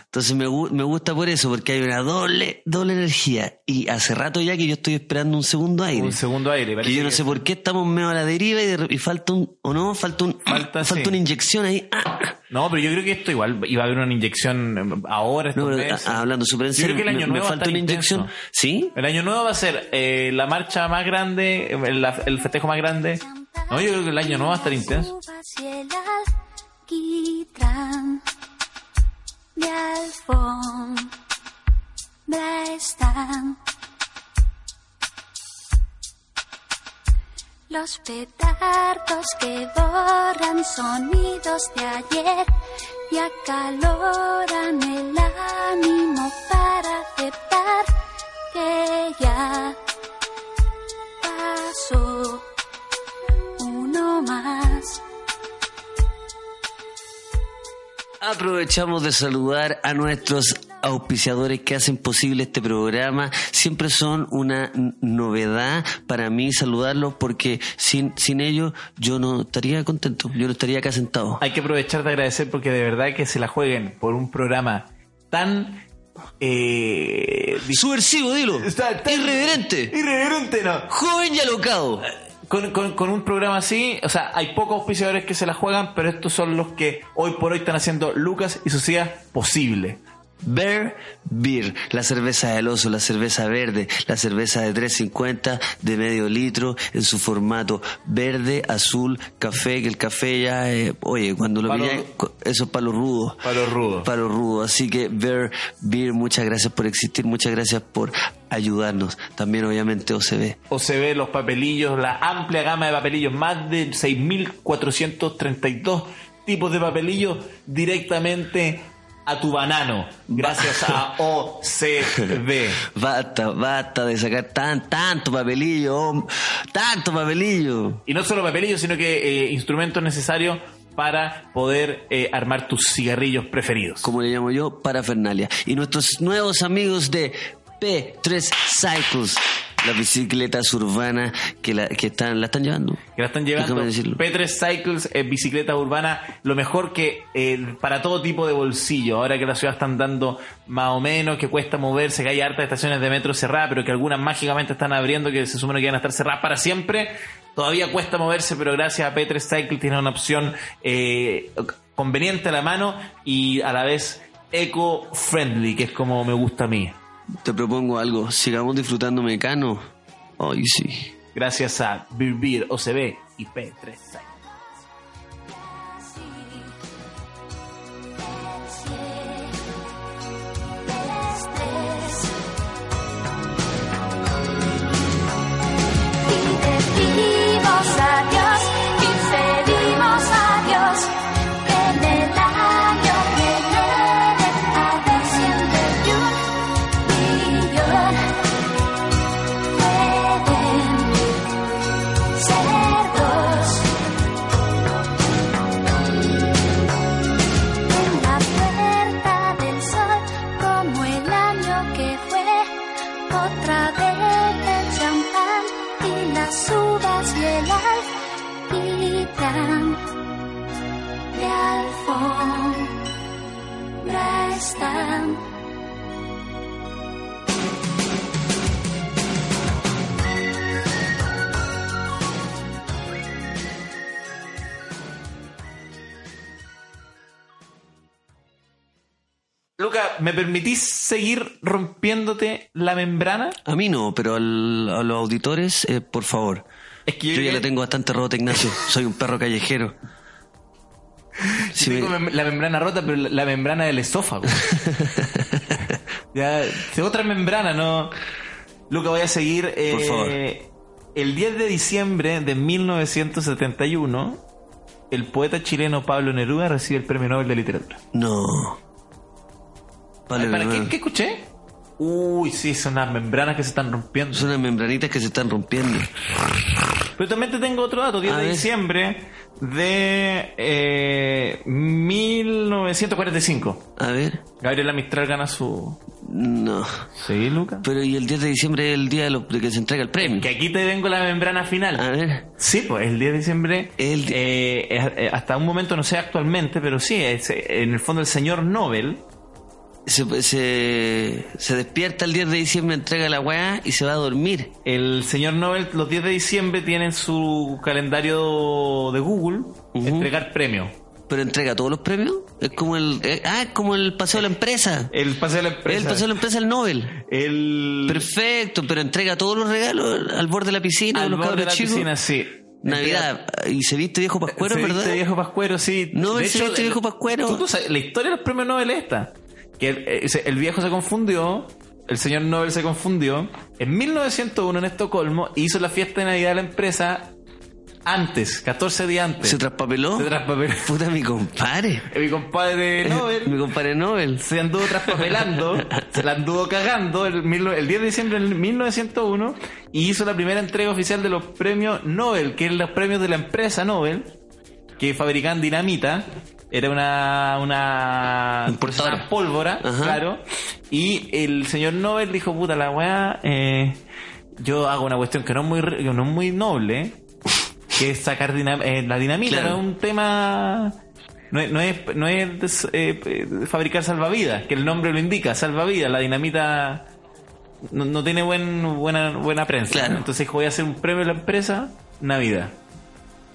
Speaker 1: Entonces me, gu- me gusta por eso, porque hay una doble, doble energía. Y hace rato ya que yo estoy esperando un segundo aire.
Speaker 2: Un segundo aire.
Speaker 1: que
Speaker 2: parece
Speaker 1: yo no
Speaker 2: que-
Speaker 1: sé por qué estamos medio a la deriva y, de- y falta un, o no, falta un,
Speaker 2: Falta, sí.
Speaker 1: una inyección ahí. Ah.
Speaker 2: No, pero yo creo que esto igual iba a haber una inyección eh, ahora. estos
Speaker 1: No, pero,
Speaker 2: meses.
Speaker 1: ah, hablando súper en
Speaker 2: Yo
Speaker 1: serio,
Speaker 2: creo que el
Speaker 1: me-
Speaker 2: año
Speaker 1: me,
Speaker 2: nuevo va a
Speaker 1: falta
Speaker 2: estar
Speaker 1: una inyección.
Speaker 2: intenso.
Speaker 1: ¿Sí?
Speaker 2: El año nuevo va a ser eh, la marcha más grande, eh, la- el festejo más grande. No, yo creo que el año nuevo va a estar intenso.
Speaker 4: Uvas y el alquitrán de alfombra están los petardos que borran sonidos de ayer y acaloran el ánimo para aceptar que ya pasó uno más.
Speaker 1: Aprovechamos de saludar a nuestros auspiciadores que hacen posible este programa. Siempre son una n- novedad para mí saludarlos porque sin, sin ellos yo no estaría contento, yo no estaría acá sentado.
Speaker 2: Hay que aprovechar de agradecer porque de verdad que se la jueguen por un programa tan... Eh, dis-
Speaker 1: Subversivo, dilo.
Speaker 2: Está- está-
Speaker 1: Irreverente.
Speaker 2: irreverente, ¿no?
Speaker 1: Joven y alocado.
Speaker 2: Con, con- con un programa así, o sea, hay pocos auspiciadores que se la juegan, pero estos son los que hoy por hoy están haciendo Lucas y Sociedad posible.
Speaker 1: Bear Beer, la cerveza del oso, la cerveza verde, la cerveza de 350 de medio litro en su formato verde, azul, café, que el café ya, eh, oye, cuando lo
Speaker 2: Palo-
Speaker 1: pilláis, co- eso es palo rudo.
Speaker 2: Palo rudo.
Speaker 1: Palo rudo. Así que Bear Beer, muchas gracias por existir, muchas gracias por ayudarnos. También obviamente OCB.
Speaker 2: o se ve los papelillos, la amplia gama de papelillos, más de 6.432 tipos de papelillos directamente a tu banano. Gracias a OCB.
Speaker 1: Basta, basta de sacar tan, tanto papelillo, hom- tanto papelillo.
Speaker 2: Y no solo papelillos, sino que eh, instrumentos necesarios para poder eh, armar tus cigarrillos preferidos.
Speaker 1: Como le llamo yo, parafernalia. Y nuestros nuevos amigos de P3 Cycles, las bicicletas urbanas que la, que están, la están llevando.
Speaker 2: Que la están llevando.
Speaker 1: Déjame decirlo.
Speaker 2: P3 Cycles, eh, bicicleta urbana, lo mejor que eh, para todo tipo de bolsillo. Ahora que la ciudad están dando más o menos, que cuesta moverse, que hay hartas estaciones de metro cerradas, pero que algunas mágicamente están abriendo, que se supone que van a estar cerradas para siempre. Todavía cuesta moverse, pero gracias a P3 Cycles tiene una opción eh, conveniente a la mano y a la vez eco-friendly, que es como me gusta a mí.
Speaker 1: Te propongo algo, sigamos disfrutando Mecano. Ay, sí.
Speaker 2: Gracias a Vivir OCB y P3 Cycles.
Speaker 4: Así, leche, estrés. Y decimos adiós, y pedimos adiós, que en el año que viene habrá siempre un millón. Pueden ser dos. En la puerta del sol, como el año que fue, otra vez el champán y las uvas y el alquitrán. De alfombra están.
Speaker 2: Luca, ¿me permitís seguir rompiéndote la membrana?
Speaker 1: A mí no, pero al- a los auditores, eh, por favor.
Speaker 2: Es que yo
Speaker 1: Yo,
Speaker 2: creo
Speaker 1: ya
Speaker 2: que-
Speaker 1: le tengo bastante rota, Ignacio. Soy un perro callejero. Si me-
Speaker 2: Tengo mem- la membrana rota, pero la, la membrana del esófago. ya, es otra membrana, ¿no? Luca, voy a seguir. eh,
Speaker 1: Por favor.
Speaker 2: El 10 de diciembre de 1971, el poeta chileno Pablo Neruda recibe el Premio Nobel de Literatura.
Speaker 1: No. Vale,
Speaker 2: ¿Para qué,
Speaker 1: verdad.
Speaker 2: qué escuché? Uy, sí, son las membranas que se están rompiendo.
Speaker 1: Son unas membranitas que se están rompiendo.
Speaker 2: Pero también te tengo otro dato, 10
Speaker 1: A
Speaker 2: de
Speaker 1: ver.
Speaker 2: diciembre de eh, 1945.
Speaker 1: A ver.
Speaker 2: Gabriela Mistral gana su...
Speaker 1: No.
Speaker 2: Sí, Luca.
Speaker 1: Pero y el 10 de diciembre es el día de, lo- de que se entrega el premio.
Speaker 2: Que aquí te vengo la membrana
Speaker 1: A
Speaker 2: final.
Speaker 1: ver.
Speaker 2: Sí, pues el 10 de diciembre,
Speaker 1: Ah. El di-
Speaker 2: eh, eh, eh, hasta un momento no sé actualmente, pero sí, es, eh, en el fondo el señor Nobel
Speaker 1: Se, se, se despierta el 10 de diciembre, entrega la weá y se va a dormir.
Speaker 2: El señor Nobel los 10 de diciembre tiene en su calendario de Google
Speaker 1: Ujú.
Speaker 2: entregar premio.
Speaker 1: Pero entrega todos los premios. Es como el. eh, ah, es como el paseo de la empresa.
Speaker 2: El paseo de la
Speaker 1: El
Speaker 2: empresa.
Speaker 1: paseo de la empresa, el Nobel.
Speaker 2: el-
Speaker 1: Perfecto, pero entrega todos los regalos al borde de la piscina,
Speaker 2: al
Speaker 1: los
Speaker 2: borde de
Speaker 1: cabros
Speaker 2: la
Speaker 1: chicos.
Speaker 2: piscina, sí.
Speaker 1: Navidad, y se viste viejo pascuero,
Speaker 2: Se
Speaker 1: ¿verdad?
Speaker 2: viste viejo pascuero, sí.
Speaker 1: No,
Speaker 2: De
Speaker 1: se viste viejo pascuero.
Speaker 2: tú- tú sabes, la historia de los premios Nobel es esta. Que el, eh, se- el viejo se confundió, el señor Nobel se confundió. En 1901 en Estocolmo hizo la fiesta de Navidad de la empresa antes, 14 días antes.
Speaker 1: Se traspapeló.
Speaker 2: Se traspapeló.
Speaker 1: Puta, mi compadre.
Speaker 2: Mi compadre Nobel
Speaker 1: mi compadre Nobel.
Speaker 2: se anduvo traspapelando, se la anduvo cagando el, mil- el 10 de diciembre de 1901 y hizo la primera entrega oficial de los premios Nobel, que eran los premios de la empresa Nobel, que fabricaban dinamita, era una, una,
Speaker 1: Importadora.
Speaker 2: una pólvora,
Speaker 1: Ajá.
Speaker 2: claro, y el señor Nobel dijo, puta la weá, eh, yo hago una cuestión que no es muy, re- que no es muy noble, eh, que es sacar dinam- eh, la dinamita,
Speaker 1: Claro.
Speaker 2: no es un tema... No es, no es, no es des- eh, eh, fabricar salvavidas, que el nombre lo indica, salvavidas, la dinamita no, no tiene buen, buena, buena prensa.
Speaker 1: Claro.
Speaker 2: Entonces dijo, voy a hacer un premio a la empresa, Navidad.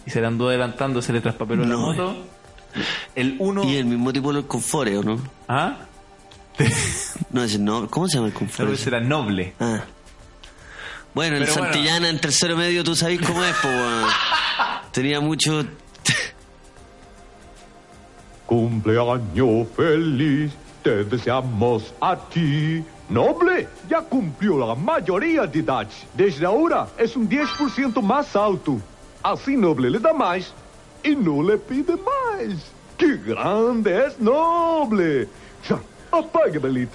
Speaker 2: Y se le andó adelantando, se le traspapeló la
Speaker 1: No.
Speaker 2: moto. El 1...
Speaker 1: Y el mismo tipo del confore, ¿o no?
Speaker 2: ¿Ah?
Speaker 1: No, ese no. ¿Cómo se llama el
Speaker 2: Tal
Speaker 1: confore?
Speaker 2: vez era noble.
Speaker 1: Ah. Bueno, el
Speaker 2: Pero bueno.
Speaker 1: Santillana en tercero medio, tú sabés cómo es, po, weón. Tenía mucho.
Speaker 5: Cumpleaños feliz, te deseamos a ti. Noble, ya cumplió la mayoría de idade. Desde ahora es un 10% más alto. Así Noble le da más y no le pide más. ¡Qué grande es Noble! Já, apague, Belito.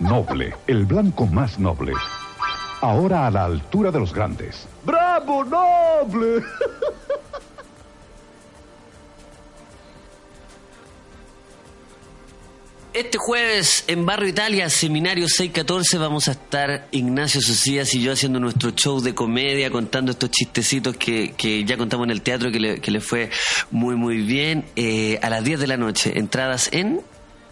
Speaker 6: Noble, el blanco más noble. Ahora a la altura de los grandes.
Speaker 5: Bravo, noble!
Speaker 1: Este jueves en Barrio Italia, Seminario 614, vamos a estar Ignacio Socias y yo haciendo nuestro show de comedia, contando estos chistecitos que, que ya contamos en el teatro, que le, que le fue muy, muy bien. Eh, a las 10 de la noche, entradas en...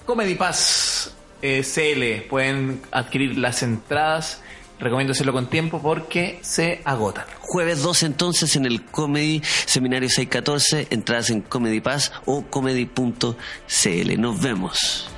Speaker 2: Comedy Pass eh, CL. Pueden adquirir las entradas. Recomiendo hacerlo con tiempo porque se agotan.
Speaker 1: Jueves 2 entonces en el Comedy Seminario 614, entradas en Comedy Pass o comedy.cl. Nos vemos.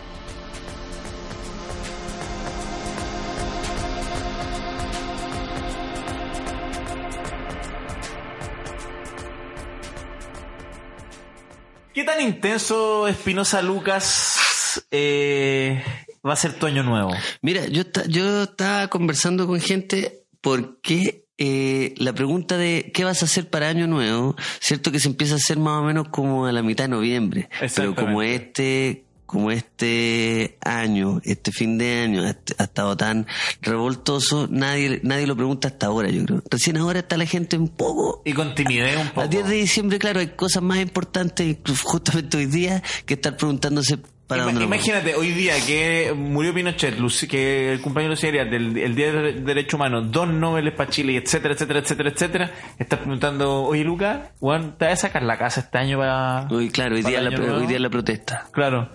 Speaker 2: ¿Qué tan intenso, Espinosa Lucas, eh, va a ser tu año nuevo?
Speaker 1: Mira, yo, esta- yo estaba conversando con gente porque eh, la pregunta de qué vas a hacer para Año Nuevo, cierto que se empieza a hacer más o menos como a la mitad de noviembre, pero
Speaker 2: Exactamente.
Speaker 1: como este como este año, este fin de año ha, ha estado tan revoltoso, nadie, nadie lo pregunta hasta ahora, yo creo. Recién ahora está la gente un poco
Speaker 2: Y con timidez un poco.
Speaker 1: a 10 de diciembre, claro, hay cosas más importantes, justamente hoy día, que estar preguntándose para
Speaker 2: Ima-
Speaker 1: dónde nos vamos.
Speaker 2: Imagínate, hoy día que murió Pinochet, Luci- que el cumpleaños de Lucía Arias, del el Día de Derecho Humano, dos Nobeles para Chile, etcétera, etcétera, etcétera, etcétera, estás preguntando, oye Lucas, Juan, te vas a sacar la casa este año para...
Speaker 1: Hoy, claro, hoy
Speaker 2: para
Speaker 1: día,
Speaker 2: el
Speaker 1: la,
Speaker 2: año
Speaker 1: pro-
Speaker 2: nuevo?
Speaker 1: hoy día la protesta.
Speaker 2: Claro.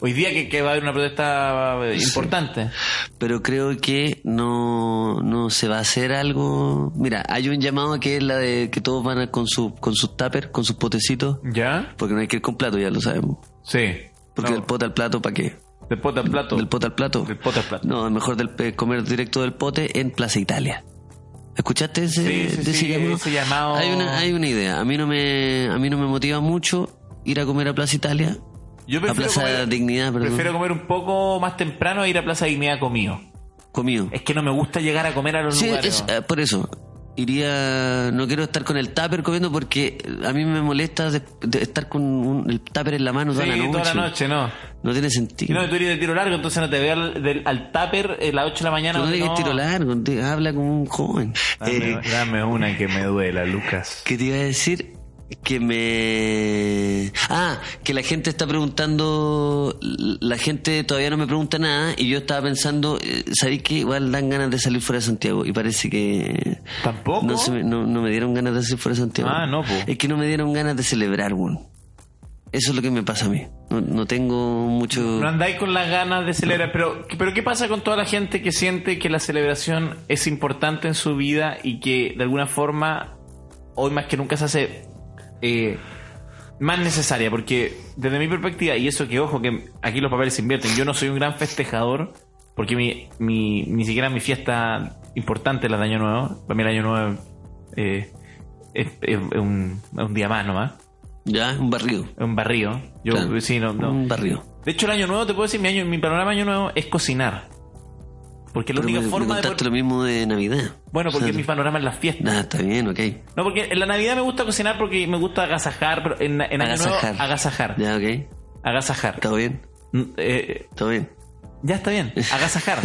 Speaker 2: Hoy día que, que va a haber una protesta eh, importante.
Speaker 1: pero creo que no, no se va a hacer algo. Mira, hay un llamado que es la de que todos van a- con su, con sus tuppers, con sus potecitos,
Speaker 2: ¿Ya?
Speaker 1: porque no hay que ir con plato, ya lo sabemos.
Speaker 2: Sí.
Speaker 1: Porque
Speaker 2: No,
Speaker 1: del pot al plato, ¿para qué?
Speaker 2: del pote al plato.
Speaker 1: Del pot al plato.
Speaker 2: Del pote al plato.
Speaker 1: No, es mejor del, eh, comer directo del pote en Plaza Italia. ¿Escuchaste ese,
Speaker 2: Sí, sí,
Speaker 1: de ese
Speaker 2: sí,
Speaker 1: llamado?
Speaker 2: ese llamado.
Speaker 1: Hay una, hay una idea. A mí no me, a mí no me motiva mucho ir a comer a Plaza Italia.
Speaker 2: Yo
Speaker 1: a Plaza Dignidad, perdón.
Speaker 2: prefiero comer un poco más temprano e ir a Plaza Dignidad comido.
Speaker 1: Comido.
Speaker 2: Es que no me gusta llegar a comer a los
Speaker 1: Sí,
Speaker 2: lugares.
Speaker 1: es, eh, por eso. Iría, no quiero estar con el tupper comiendo porque a mí me molesta de- de estar con un- el tupper en la mano toda,
Speaker 2: Sí,
Speaker 1: la noche.
Speaker 2: toda la noche, no.
Speaker 1: No tiene
Speaker 2: Si
Speaker 1: sentido.
Speaker 2: no, tú eres de tiro largo, entonces no te veo al, del, al tupper eh, a las 8 de la mañana.
Speaker 1: Tú no
Speaker 2: porque
Speaker 1: digas tiro largo, te- habla como un joven.
Speaker 2: Ah,
Speaker 1: Eh,
Speaker 2: Dame, dame una que me duela, Lucas.
Speaker 1: ¿Qué te iba a decir? Que me... Ah, que la gente está preguntando... La gente todavía no me pregunta nada y yo estaba pensando, eh, ¿sabéis que igual dan ganas de salir fuera de Santiago? Y parece que...
Speaker 2: ¿Tampoco?
Speaker 1: No, se me, no, no me dieron ganas de salir fuera de Santiago.
Speaker 2: Ah, no, po.
Speaker 1: Es que no me dieron ganas de celebrar, weón. Eso es lo que me pasa a mí. No, no tengo mucho...
Speaker 2: No andáis con las ganas de celebrar, pero, pero ¿qué pasa con toda la gente que siente que la celebración es importante en su vida y que de alguna forma hoy más que nunca se hace eh, más necesaria? Porque desde mi perspectiva, y eso que ojo, que aquí los papeles se invierten, yo no soy un gran festejador, porque mi, mi- ni siquiera mi fiesta importante, la de Año Nuevo, para mí el Año Nuevo eh, es, es un, es un día más nomás,
Speaker 1: Ya, un barrio.
Speaker 2: es un barrio. Yo,
Speaker 1: Claro.
Speaker 2: sí, no, no.
Speaker 1: Un barrio.
Speaker 2: De hecho, el año nuevo, te puedo decir, mi, año, mi panorama de año nuevo es cocinar. Porque la
Speaker 1: Pero
Speaker 2: única
Speaker 1: me, me
Speaker 2: forma de...
Speaker 1: contaste
Speaker 2: poder-
Speaker 1: lo mismo de Navidad.
Speaker 2: Bueno, porque
Speaker 1: O sea,
Speaker 2: mi panorama es las fiestas.
Speaker 1: Nada, está bien, ok.
Speaker 2: No, porque en la Navidad me gusta cocinar porque me gusta agasajar, pero en, en año nuevo,
Speaker 1: Agasajar.
Speaker 2: agasajar.
Speaker 1: Ya, ok.
Speaker 2: Agasajar.
Speaker 1: ¿Todo bien?
Speaker 2: Mm, eh,
Speaker 1: ¿Todo bien?
Speaker 2: ya está bien, agasajar.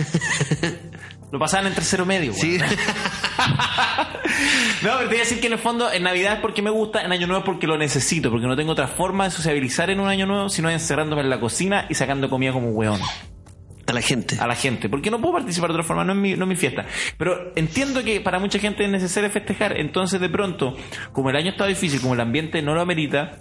Speaker 2: Lo pasaban en tercero medio. güey.
Speaker 1: Sí.
Speaker 2: No, pero te voy a decir que en el fondo en Navidad es porque me gusta, en Año Nuevo es porque lo necesito, porque no tengo otra forma de sociabilizar en un Año Nuevo sino encerrándome en la cocina y sacando comida como un hueón.
Speaker 1: A la gente.
Speaker 2: a la gente, porque no puedo participar de otra forma, no es mi, no es mi fiesta. Pero entiendo que para mucha gente es necesario festejar, entonces de pronto, como el año está difícil, como el ambiente no lo amerita,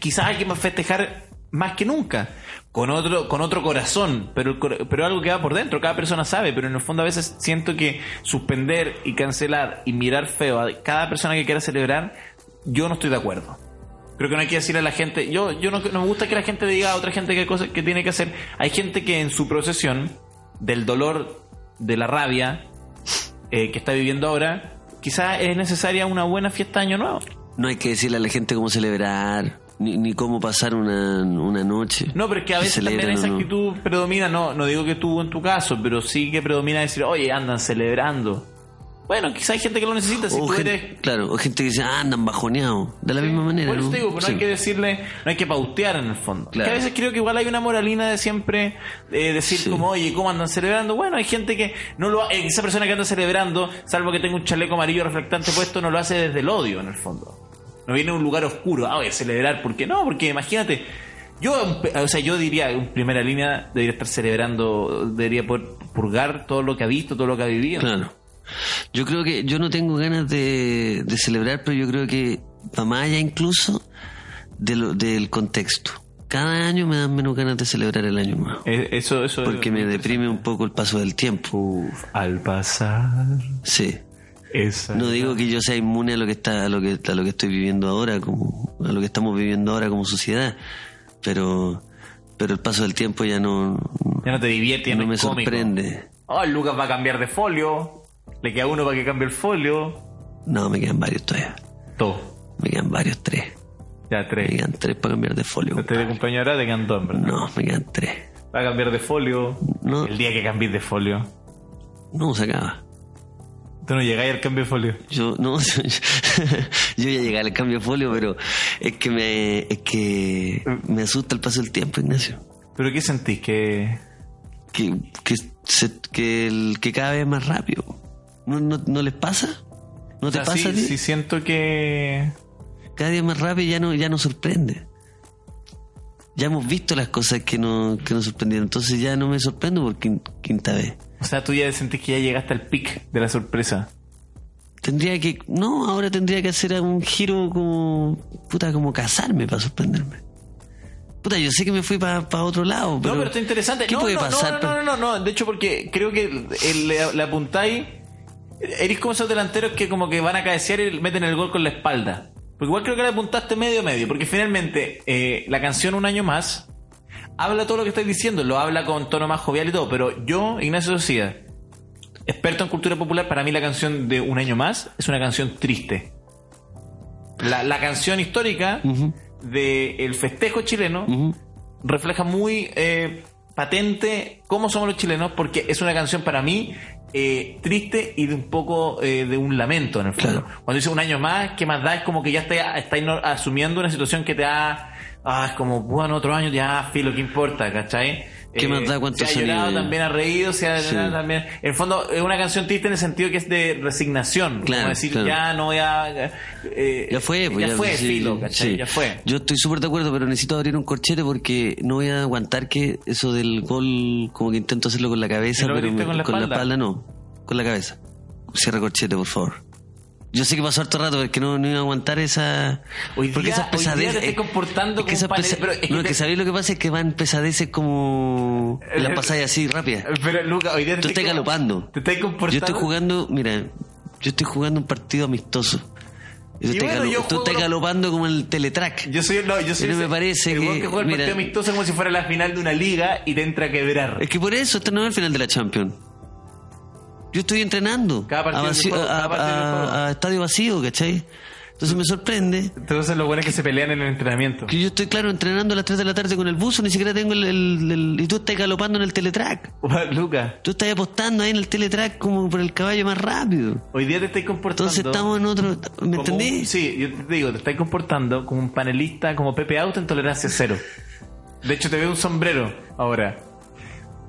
Speaker 2: quizás hay que festejar más que nunca, con otro, con otro corazón, pero, el cora- pero algo que va por dentro, cada persona sabe, pero en el fondo a veces siento que suspender y cancelar y mirar feo a cada persona que quiera celebrar, yo no estoy de acuerdo. Creo que no hay que decirle a la gente, yo, yo no, no me gusta que la gente diga a otra gente qué cosa que tiene que hacer. Hay gente que en su procesión, del dolor, de la rabia eh, que está viviendo ahora, quizás es necesaria una buena fiesta de año nuevo.
Speaker 1: No hay que decirle a la gente cómo celebrar, ni, ni cómo pasar una, una noche.
Speaker 2: No, pero es que a
Speaker 1: Si
Speaker 2: veces también
Speaker 1: celebran
Speaker 2: esa
Speaker 1: o no.
Speaker 2: actitud predomina, no, no digo que estuvo en tu caso, pero sí que predomina decir, oye, andan celebrando. Bueno, quizá hay gente que lo necesita. Si
Speaker 1: o
Speaker 2: tú
Speaker 1: Oh, gente,
Speaker 2: eres
Speaker 1: Claro, o gente que dice, ah, andan bajoneados. De la misma manera.
Speaker 2: Por eso
Speaker 1: ¿no?
Speaker 2: te digo, pero no
Speaker 1: Sí.
Speaker 2: hay que decirle, no hay que pautear en el fondo.
Speaker 1: Claro.
Speaker 2: Que a veces creo que igual hay una moralina de siempre eh, decir
Speaker 1: Sí.
Speaker 2: como, oye, ¿cómo andan celebrando? Bueno, hay gente que no lo ha- eh, esa persona que anda celebrando, salvo que tenga un chaleco amarillo reflectante puesto, no lo hace desde el odio en el fondo. No viene de un lugar oscuro, ah, voy a celebrar, ¿por qué no? Porque imagínate, yo, un pe- o sea, yo diría, en primera línea, debería estar celebrando, debería poder purgar todo lo que ha visto, todo lo que ha vivido.
Speaker 1: Claro. Yo creo que yo no tengo ganas de, de celebrar, pero yo creo que va más allá incluso de lo- del contexto. Cada año me dan menos ganas de celebrar el año nuevo.
Speaker 2: Eh, Eso, eso
Speaker 1: Porque me deprime un poco el paso del tiempo.
Speaker 2: Uf, al pasar
Speaker 1: Sí.
Speaker 2: esa
Speaker 1: No digo que yo sea inmune a lo que está, a lo que, a lo que estoy viviendo ahora, como, a lo que estamos viviendo ahora como sociedad, pero, pero el paso del tiempo ya no,
Speaker 2: Ya no te divierte, ya
Speaker 1: no me
Speaker 2: es cómico.
Speaker 1: sorprende.
Speaker 2: Oh, Lucas va a cambiar de folio. Le queda uno para que cambie el folio.
Speaker 1: No, me quedan varios todavía.
Speaker 2: Todo.
Speaker 1: Me quedan varios, tres.
Speaker 2: Ya
Speaker 1: Me
Speaker 2: tres.
Speaker 1: quedan tres para cambiar de folio.
Speaker 2: Antes de cumpleaños ahora te quedan dos, en ¿verdad?
Speaker 1: No, me quedan tres.
Speaker 2: Va a cambiar de folio.
Speaker 1: No.
Speaker 2: El día que cambies de folio.
Speaker 1: No, se acaba.
Speaker 2: Tú no llegáis al cambio de folio.
Speaker 1: Yo, no, yo, ya llegué al cambio de folio, pero es que me, es que me asusta el paso del tiempo, Ignacio.
Speaker 2: ¿Pero qué sentís? Que.
Speaker 1: que, que, se- que, el, que cada vez es más rápido. ¿No, no, no les pasa? ¿No te
Speaker 2: Ah,
Speaker 1: pasa?
Speaker 2: sí,
Speaker 1: a ti?
Speaker 2: sí, siento que.
Speaker 1: Cada día es más rápido y ya no, ya no sorprende. Ya hemos visto las cosas que no, que nos sorprendieron, entonces ya no me sorprendo por quin- quinta vez.
Speaker 2: O sea, tú ya sentís que ya llegaste al pic de la sorpresa.
Speaker 1: Tendría que, no, ahora tendría que hacer un giro como, puta, como casarme para sorprenderme. Puta, yo sé que me fui para otro lado, pero...
Speaker 2: no, pero está interesante.
Speaker 1: ¿Qué
Speaker 2: no,
Speaker 1: puede
Speaker 2: no,
Speaker 1: pasar?
Speaker 2: No, no, no, no, no. De hecho, porque creo que el- le, le apuntáis. Eres como esos delanteros que como que van a cabecear y meten el gol con la espalda. Porque igual creo que le apuntaste medio medio. Porque finalmente, eh, la canción Un año más habla todo lo que estáis diciendo. Lo habla con tono más jovial y todo. Pero yo, Ignacio Sociedad, experto en cultura popular, para mí la canción de Un año más es una canción triste. La, la canción histórica del festejo chileno
Speaker 1: Ujú.
Speaker 2: refleja muy eh, patente cómo somos los chilenos, porque es una canción para mí eh, triste y de un poco eh, de un lamento en el fondo. Cuando dice un año más, ¿qué más da? Es como que ya está, está ino- asumiendo una situación que te da. Ah, es como, bueno, otro año, ya, filo, ¿qué importa? ¿Cachai?
Speaker 1: ¿Qué más da cuánto
Speaker 2: Se ha llorado
Speaker 1: sonido?
Speaker 2: también, ha reído, se ha
Speaker 1: Sí.
Speaker 2: llorado también. En el fondo, es una canción triste en el sentido que es de resignación.
Speaker 1: Claro,
Speaker 2: como decir,
Speaker 1: claro.
Speaker 2: ya no voy a. eh,
Speaker 1: Ya fue, pues,
Speaker 2: ya, fue,
Speaker 1: sí,
Speaker 2: filo, ¿cachai?
Speaker 1: sí.
Speaker 2: Ya fue.
Speaker 1: Yo estoy súper de acuerdo, pero necesito abrir un corchete porque no voy a aguantar que eso del gol, como que intento hacerlo con la cabeza,
Speaker 2: ¿Y lo
Speaker 1: pero
Speaker 2: abriste
Speaker 1: me-
Speaker 2: con la espalda?
Speaker 1: no, con la cabeza. Cierra corchete, por favor. Yo sé que pasó harto rato, pero es que no, no iba a aguantar esa.
Speaker 2: Hoy
Speaker 1: porque
Speaker 2: día-
Speaker 1: esas
Speaker 2: hoy día
Speaker 1: pesadeces.
Speaker 2: te estoy
Speaker 1: eh, es
Speaker 2: comportando
Speaker 1: que
Speaker 2: como
Speaker 1: esas
Speaker 2: un panel-
Speaker 1: pesa-
Speaker 2: pero es que
Speaker 1: No, es
Speaker 2: te-
Speaker 1: que sabéis lo que pasa es que van pesadeces como. Las pasáis así rápidas.
Speaker 2: Pero, Luca, hoy día te
Speaker 1: Tú estás
Speaker 2: estoy-
Speaker 1: galopando.
Speaker 2: Te estás comportando.
Speaker 1: Yo estoy jugando, mira, yo estoy jugando un partido amistoso. Y tú
Speaker 2: Y
Speaker 1: estás,
Speaker 2: bueno,
Speaker 1: galo-
Speaker 2: yo
Speaker 1: tú
Speaker 2: juego
Speaker 1: estás
Speaker 2: lo-
Speaker 1: galopando como el teletrack.
Speaker 2: Yo soy, no, yo soy
Speaker 1: Pero me
Speaker 2: ese-
Speaker 1: parece
Speaker 2: el
Speaker 1: que-
Speaker 2: weón que juega el
Speaker 1: mira-
Speaker 2: partido amistoso como si fuera la final de una liga y te entra a quebrar.
Speaker 1: Es que por eso este no es el final de la Champions. Yo estoy entrenando
Speaker 2: Cada
Speaker 1: a,
Speaker 2: partido es
Speaker 1: vacío-
Speaker 2: un juego, cada
Speaker 1: a-
Speaker 2: partido es un
Speaker 1: a-
Speaker 2: juego.
Speaker 1: a estadio vacío, ¿cachai? Entonces me sorprende
Speaker 2: Entonces lo bueno es que se pelean en el entrenamiento.
Speaker 1: que yo estoy, claro, entrenando a las 3 de la tarde con el buzo, ni siquiera tengo el... el- el- y tú estás galopando en el teletrack.
Speaker 2: Luca,
Speaker 1: Tú estás apostando ahí en el teletrack como por el caballo más rápido.
Speaker 2: hoy día te estás comportando.
Speaker 1: Entonces estamos en otro... ¿Me
Speaker 2: como un-
Speaker 1: entendí?
Speaker 2: sí, yo te digo, te estás comportando como un panelista, como Pepe Auto en tolerancia cero. De hecho, te veo un sombrero ahora.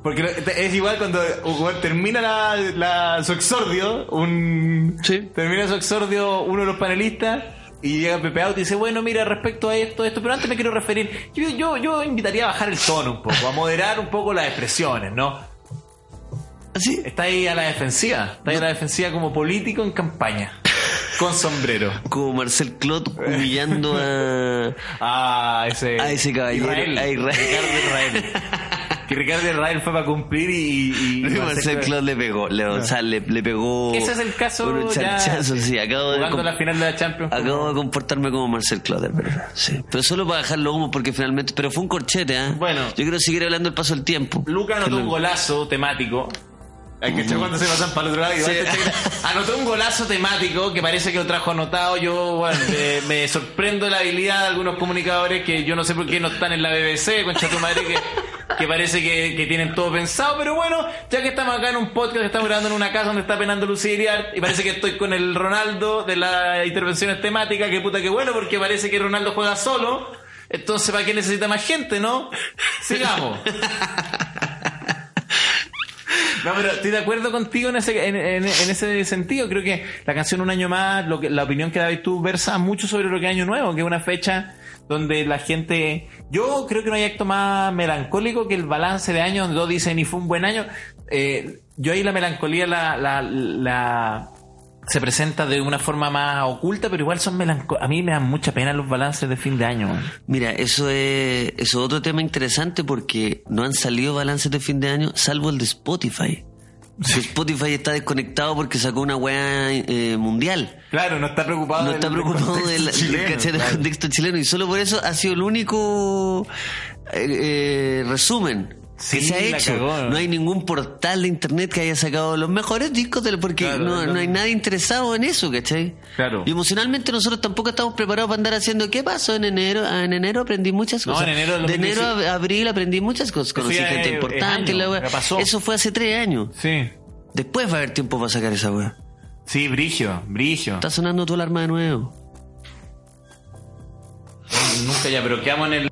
Speaker 2: Porque lo- te- es igual cuando un jugador termina la, la- su exordio, un,
Speaker 1: Sí.
Speaker 2: termina su exordio uno de los panelistas y llega Pepe Auto y dice, bueno, mira, respecto a esto, esto, pero antes me quiero referir, yo, yo, yo invitaría a bajar el tono un poco, a moderar un poco las expresiones, ¿no?
Speaker 1: ¿Así?
Speaker 2: Está ahí a la defensiva, está ahí a la defensiva como político en campaña, con sombrero.
Speaker 1: Como Marcel Clot humillando a...
Speaker 2: Ah, ese,
Speaker 1: A ese caballero,
Speaker 2: Israel,
Speaker 1: a Israel.
Speaker 2: Ricardo Israel. que Ricardo Israel fue para cumplir y. y- y-
Speaker 1: Marcel Clot le pegó, le, o sea, le, le pegó...
Speaker 2: Ese es el caso
Speaker 1: un
Speaker 2: ya-
Speaker 1: charchazo, sí, acabo de...
Speaker 2: Jugando
Speaker 1: comp-
Speaker 2: la final de la Champions.
Speaker 1: Acabo de comportarme como Marcel Clot, es verdad. Sí. Pero solo para dejar los humos porque finalmente... Pero fue un corchete, ¿ah?
Speaker 2: Bueno.
Speaker 1: Yo quiero seguir hablando el paso del tiempo.
Speaker 2: Luca anotó un golazo temático. Hay que echar cuando se pasan para el otro lado. y
Speaker 1: Sí.
Speaker 2: basta echar- Anotó un golazo temático que parece que lo trajo anotado. Yo bueno, me, me sorprendo de la habilidad de algunos comunicadores que yo no sé por qué no están en la BBC, concha tu madre, que que parece que, que tienen todo pensado, pero bueno, ya que estamos acá en un podcast, que estamos grabando en una casa donde está penando Lucía Iriart, y parece que estoy con el Ronaldo de las intervenciones temáticas, que puta que bueno, porque parece que Ronaldo juega solo, entonces ¿para qué necesita más gente, no? Sigamos. No, pero estoy de acuerdo contigo en ese, en, en- en ese sentido. Creo que la canción Un Año Más, lo que, la opinión que dabas tú, versa mucho sobre lo que es Año Nuevo, que es una fecha donde la gente... Yo creo que no hay acto más melancólico que el balance de años donde todos dicen, y fue un buen año. Eh, yo ahí la melancolía la... la, la- se presenta de una forma más oculta, pero igual son melancólicos. A mí me dan mucha pena los balances de fin de año. man.
Speaker 1: Mira, eso es, eso es otro tema interesante porque no han salido balances de fin de año, salvo el de Spotify. Spotify está desconectado porque sacó una weá eh, mundial.
Speaker 2: Claro, no está preocupado.
Speaker 1: no
Speaker 2: del-
Speaker 1: está
Speaker 2: del
Speaker 1: preocupado
Speaker 2: Ah, contexto
Speaker 1: del, del
Speaker 2: chileno,
Speaker 1: cachete
Speaker 2: claro.
Speaker 1: contexto chileno y solo por eso ha sido el único eh, eh, resumen
Speaker 2: Sí,
Speaker 1: que se ha
Speaker 2: la
Speaker 1: hecho.
Speaker 2: cagó, ¿no?
Speaker 1: ¿no? hay ningún portal de internet que haya sacado los mejores discos de la- porque
Speaker 2: Claro,
Speaker 1: no,
Speaker 2: no-
Speaker 1: no hay nadie interesado en eso, ¿cachai?
Speaker 2: Claro.
Speaker 1: Y emocionalmente nosotros tampoco estamos preparados para andar haciendo qué pasó en enero. Ah, En enero aprendí muchas
Speaker 2: No,
Speaker 1: cosas.
Speaker 2: en enero del
Speaker 1: de enero
Speaker 2: 2016.
Speaker 1: a abril aprendí muchas cosas. Conocí
Speaker 2: ya
Speaker 1: gente
Speaker 2: es-
Speaker 1: importante.
Speaker 2: es año,
Speaker 1: la wea.
Speaker 2: ya pasó.
Speaker 1: Eso fue hace tres años.
Speaker 2: Sí.
Speaker 1: Después va a haber tiempo para sacar esa weá.
Speaker 2: Sí, brillo, brillo.
Speaker 1: Está sonando tu alarma de nuevo.
Speaker 2: Nunca ya, pero quedamos en el.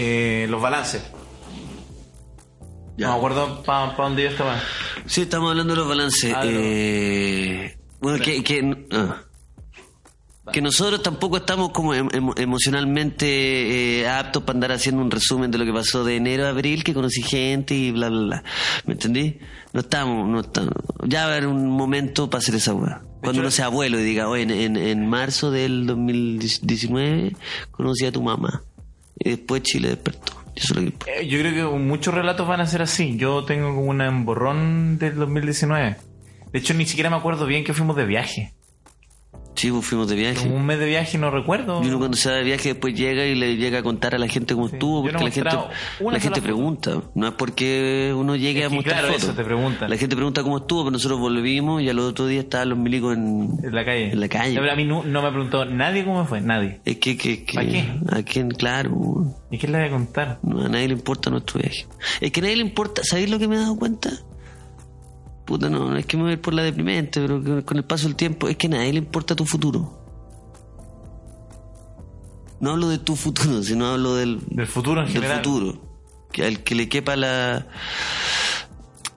Speaker 2: Eh, los balances. No me acuerdo para dónde yo estaba.
Speaker 1: Sí, estamos hablando de los balances.
Speaker 2: Ah, de los-
Speaker 1: Eh, bueno, que, que, ah. que nosotros tampoco estamos como em- em- emocionalmente eh, aptos para andar haciendo un resumen de lo que pasó de enero a abril, que conocí gente y bla, bla, bla. ¿Me entendí? No estamos, no estamos. Ya va a haber un momento para hacer esa weá. Cuando uno sea abuelo y diga, oye, en, en, en marzo del 2019 conocí a tu mamá. Y después Chile despertó. Eso es lo que importa.
Speaker 2: Eh, yo creo que muchos relatos van a ser así. Yo tengo como un emborrón del 2019. De hecho, ni siquiera me acuerdo bien que fuimos de viaje.
Speaker 1: Sí, pues fuimos de viaje.
Speaker 2: Como un mes de viaje no recuerdo.
Speaker 1: Y uno cuando se va de viaje después llega y le llega a contar a la gente cómo estuvo,
Speaker 2: Yo no
Speaker 1: porque
Speaker 2: he
Speaker 1: la gente,
Speaker 2: mostrado una
Speaker 1: la gente
Speaker 2: sola
Speaker 1: pregunta. No es porque uno llegue
Speaker 2: Es
Speaker 1: a
Speaker 2: que
Speaker 1: mostrar
Speaker 2: claro,
Speaker 1: fotos.
Speaker 2: eso te preguntan.
Speaker 1: La gente pregunta cómo estuvo, pero nosotros volvimos y al otro día estaban los milicos en,
Speaker 2: En la calle.
Speaker 1: En la calle.
Speaker 2: Ya, pero A mí no, no me preguntó nadie cómo me fue, nadie.
Speaker 1: Es que, que, que-
Speaker 2: ¿A qué?
Speaker 1: ¿A quién? Claro,
Speaker 2: ¿Y qué le voy a contar?
Speaker 1: no, a nadie le importa nuestro viaje. Es que a nadie le importa, ¿sabéis lo que me he dado cuenta? Puta, no, no es que me voy a ir por la deprimente, pero que con el paso del tiempo es que a nadie le importa tu futuro. No hablo de tu futuro, sino hablo del,
Speaker 2: Del futuro en
Speaker 1: del
Speaker 2: general.
Speaker 1: futuro. Que al que le quepa la,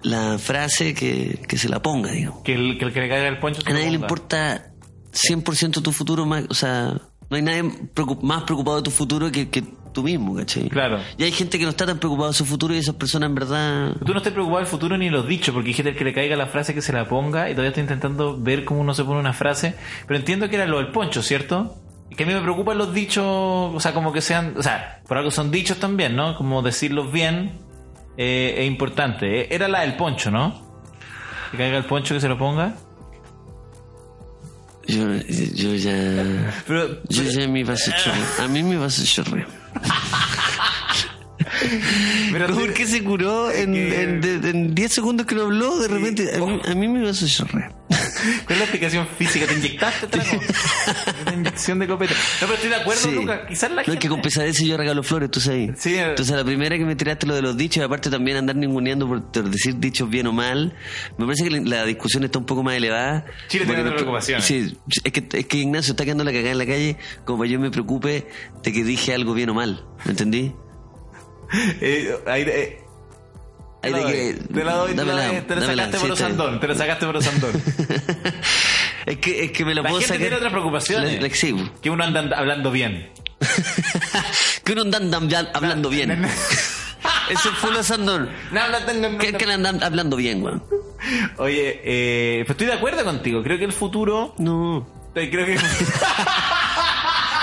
Speaker 1: la frase que, que se la ponga, digamos.
Speaker 2: Que el que, el que le caiga el poncho. se
Speaker 1: A
Speaker 2: lo
Speaker 1: nadie le
Speaker 2: ponga.
Speaker 1: importa 100% tu futuro, más, o sea, no hay nadie preocup- más preocupado de tu futuro que, que tú mismo, ¿cachai?
Speaker 2: Claro.
Speaker 1: Y hay gente que no está tan preocupada de su futuro y esas personas en verdad...
Speaker 2: Tú no estás preocupado del futuro ni los dichos, porque dijiste el que le caiga la frase que se la ponga y todavía estoy intentando ver cómo uno se pone una frase. Pero entiendo que era lo del poncho, ¿cierto? Y Que a mí me preocupan los dichos, o sea, como que sean, o sea, por algo son dichos también, ¿no? Como decirlos bien eh, es importante. Eh, Era la del poncho, ¿no? Que caiga el poncho que se lo ponga.
Speaker 1: Yo, yo ya...
Speaker 2: Pero
Speaker 1: Yo ya mi vaso chorreo. A mí mi vaso chorreo.
Speaker 2: Pero
Speaker 1: ¿Cómo
Speaker 2: te-
Speaker 1: que se curó en
Speaker 2: que-
Speaker 1: en- de- en 10 segundos que lo habló? De repente, a mí, a mí mi vaso chorreo.
Speaker 2: ¿Cuál es la explicación física? ¿Te inyectaste, trago? Una inyección de copete. No, pero estoy de acuerdo,
Speaker 1: Sí.
Speaker 2: Lucas. Quizás la
Speaker 1: No, es que
Speaker 2: gente...
Speaker 1: con pesadez yo regalo flores, tú sabes.
Speaker 2: Sí. eh.
Speaker 1: Entonces, a la primera que me tiraste lo de los dichos, y aparte también andar ninguneando por, por decir dichos bien o mal, me parece que la, la discusión está un poco más elevada.
Speaker 2: Chile tiene
Speaker 1: Porque
Speaker 2: otras preocupaciones.
Speaker 1: Sí, es que, es que Ignacio está quedando la cagada en la calle como para yo me preocupe de que dije algo bien o mal. ¿Me entendí?
Speaker 2: Eh, ahí, eh,
Speaker 1: Ahí
Speaker 2: te la
Speaker 1: de
Speaker 2: doy,
Speaker 1: que-
Speaker 2: te la doy, te la,
Speaker 1: dámela,
Speaker 2: doy, te la
Speaker 1: dámela,
Speaker 2: sacaste
Speaker 1: sí,
Speaker 2: por
Speaker 1: está bien.
Speaker 2: Osandón, te la sacaste por Osandón.
Speaker 1: Es que, es que me la,
Speaker 2: La
Speaker 1: puedo
Speaker 2: gente
Speaker 1: sacar.
Speaker 2: tiene otras preocupaciones.
Speaker 1: La- la- sí.
Speaker 2: que uno anda hablando bien.
Speaker 1: que uno anda andan ya hablando bien. Eso fue lo Sandón.
Speaker 2: No, no, no, no,
Speaker 1: Que es
Speaker 2: no.
Speaker 1: que le andan hablando bien, weón.
Speaker 2: Oye, eh, pues estoy de acuerdo contigo. Creo que el futuro...
Speaker 1: No.
Speaker 2: eh, Creo que...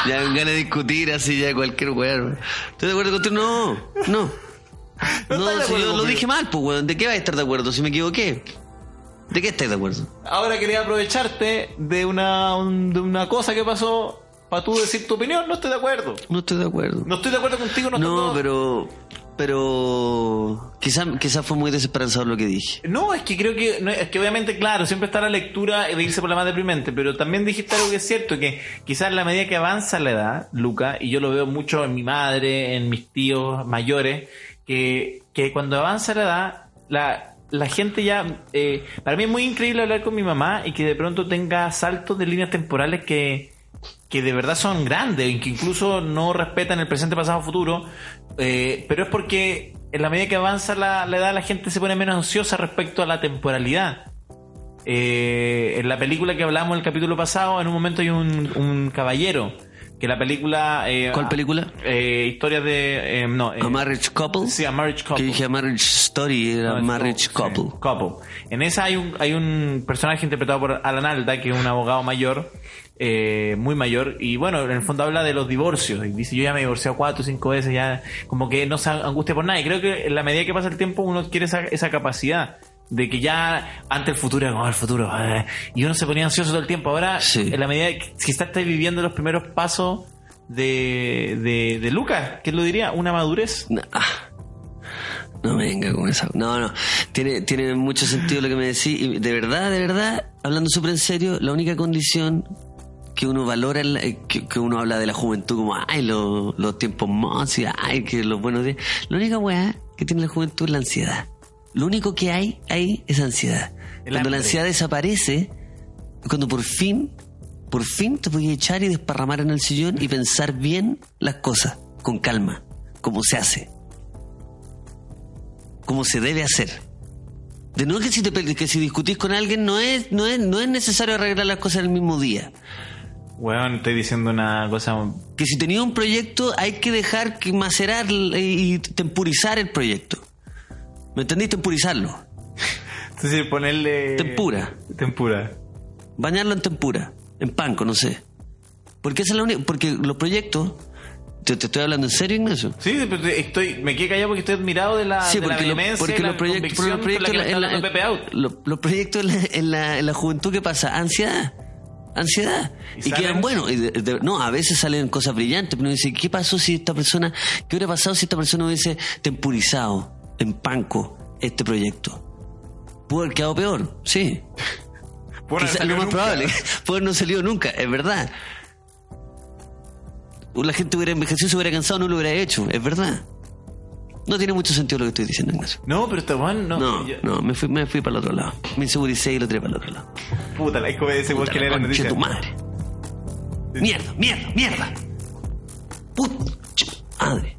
Speaker 1: Ya me ganas de discutir así ya cualquier weón. weón. ¿Estás de acuerdo contigo? No, no. No,
Speaker 2: estás
Speaker 1: si
Speaker 2: de acuerdo
Speaker 1: yo lo
Speaker 2: conmigo.
Speaker 1: dije mal, pues weón. ¿De qué vas a estar de acuerdo si me equivoqué? ¿De qué estás de acuerdo?
Speaker 2: Ahora quería aprovecharte de una, un- de una cosa que pasó para tú decir tu opinión. No estoy de acuerdo.
Speaker 1: No estoy de acuerdo.
Speaker 2: No estoy de acuerdo contigo. No,
Speaker 1: No,
Speaker 2: estoy-
Speaker 1: pero pero quizás quizá fue muy desesperanzador lo que dije.
Speaker 2: No, es que creo que, no, es que obviamente, claro, siempre está la lectura de irse por la más deprimente, pero también dijiste algo que es cierto, que quizás la medida que avanza la edad, Luca, y yo lo veo mucho en mi madre, en mis tíos mayores, que, que cuando avanza la edad, la, la gente ya, eh, para mí es muy increíble hablar con mi mamá y que de pronto tenga saltos de líneas temporales que, que de verdad son grandes y que incluso no respetan el presente, pasado, futuro, eh, pero es porque en la medida que avanza la, la edad la gente se pone menos ansiosa respecto a la temporalidad. Eh, en la película que hablamos el capítulo pasado, en un momento hay un, un caballero, que la película... eh,
Speaker 1: ¿Cuál película?
Speaker 2: Eh, historias de... eh, no, eh,
Speaker 1: ¿A Marriage Couple?
Speaker 2: Sí, A Marriage Couple.
Speaker 1: Que dije a Marriage Story, era
Speaker 2: No, es
Speaker 1: Marriage Couple.
Speaker 2: sí, couple. En esa hay un, hay un personaje interpretado por Alan Alda, que es un abogado mayor, eh, muy mayor, y bueno, en el fondo habla de los divorcios. Y dice, yo ya me he divorciado cuatro o cinco veces, ya como que no se angustia por nada. Y creo que en la medida que pasa el tiempo uno adquiere esa, esa capacidad. De que ya ante el futuro, era como el futuro, ah, y uno se ponía ansioso todo el tiempo. Ahora,
Speaker 1: Sí.
Speaker 2: en la medida que quizás estás viviendo los primeros pasos de, de, de Lucas, ¿qué lo diría? Una madurez.
Speaker 1: No, ah. No me venga con esa. No, no. Tiene, tiene mucho sentido lo que me decís. Y de verdad, de verdad, hablando súper en serio, la única condición que uno valora, en la- eh, que, que uno habla de la juventud como, ay, lo- los tiempos más, y ay, que los buenos días. La única weá que tiene la juventud es la ansiedad. Lo único que hay ahí es ansiedad. Cuando
Speaker 2: El
Speaker 1: la
Speaker 2: hambre.
Speaker 1: ansiedad desaparece, es cuando por fin, por fin te voy a echar y desparramar en el sillón y pensar bien las cosas, con calma, como se hace como se debe hacer. De nuevo que si, te, pe- que si discutís con alguien no es, no, es, no es necesario arreglar las cosas el mismo día.
Speaker 2: Weón, estoy diciendo una cosa
Speaker 1: Que si tenías un proyecto hay que dejar que macerar l- y y tempurizar el proyecto. ¿Me entendís? Tempurizarlo.
Speaker 2: Entonces ponerle...
Speaker 1: Tempura.
Speaker 2: Tempura.
Speaker 1: Bañarlo en tempura, en panco, no sé. Porque esa es la única, porque los proyectos, te, te estoy hablando en serio, Ignacio.
Speaker 2: Sí, pero te- estoy, me quedé callado porque estoy admirado de la,
Speaker 1: Sí,
Speaker 2: de la
Speaker 1: porque, lo-
Speaker 2: vehemencia
Speaker 1: porque
Speaker 2: y la
Speaker 1: los proyectos, porque los
Speaker 2: convicción
Speaker 1: proyectos,
Speaker 2: con la que
Speaker 1: en
Speaker 2: me
Speaker 1: la-
Speaker 2: está hablando Pepe Out.
Speaker 1: lo- los proyectos en la, en la- en la juventud que pasa, ansiedad, ansiedad.
Speaker 2: ¿Y
Speaker 1: Y,
Speaker 2: salen?
Speaker 1: quedan buenos. Y de- de- no, a veces salen cosas brillantes, pero uno dice, ¿qué pasó si esta persona, qué hubiera pasado si esta persona hubiese tempurizado en panco este proyecto? Pudo haber quedado peor, sí.
Speaker 2: Bueno,
Speaker 1: Quizá-
Speaker 2: salió
Speaker 1: lo más
Speaker 2: nunca.
Speaker 1: probable, pudo haber no salió nunca, es verdad. O La gente hubiera envejecido, se hubiera cansado, no lo hubiera hecho, es verdad. No tiene mucho sentido lo que estoy diciendo, Ignacio.
Speaker 2: No, pero está bueno. No,
Speaker 1: No,
Speaker 2: Yo-
Speaker 1: no, me fui, me fui para el otro lado. Me inseguricé y lo tiré para el otro lado.
Speaker 2: Puta, la escoba de ese weón
Speaker 1: Puta
Speaker 2: que le
Speaker 1: la
Speaker 2: la
Speaker 1: concha de
Speaker 2: noticia.
Speaker 1: tu madre. Mierda, mierda, mierda. Puta madre.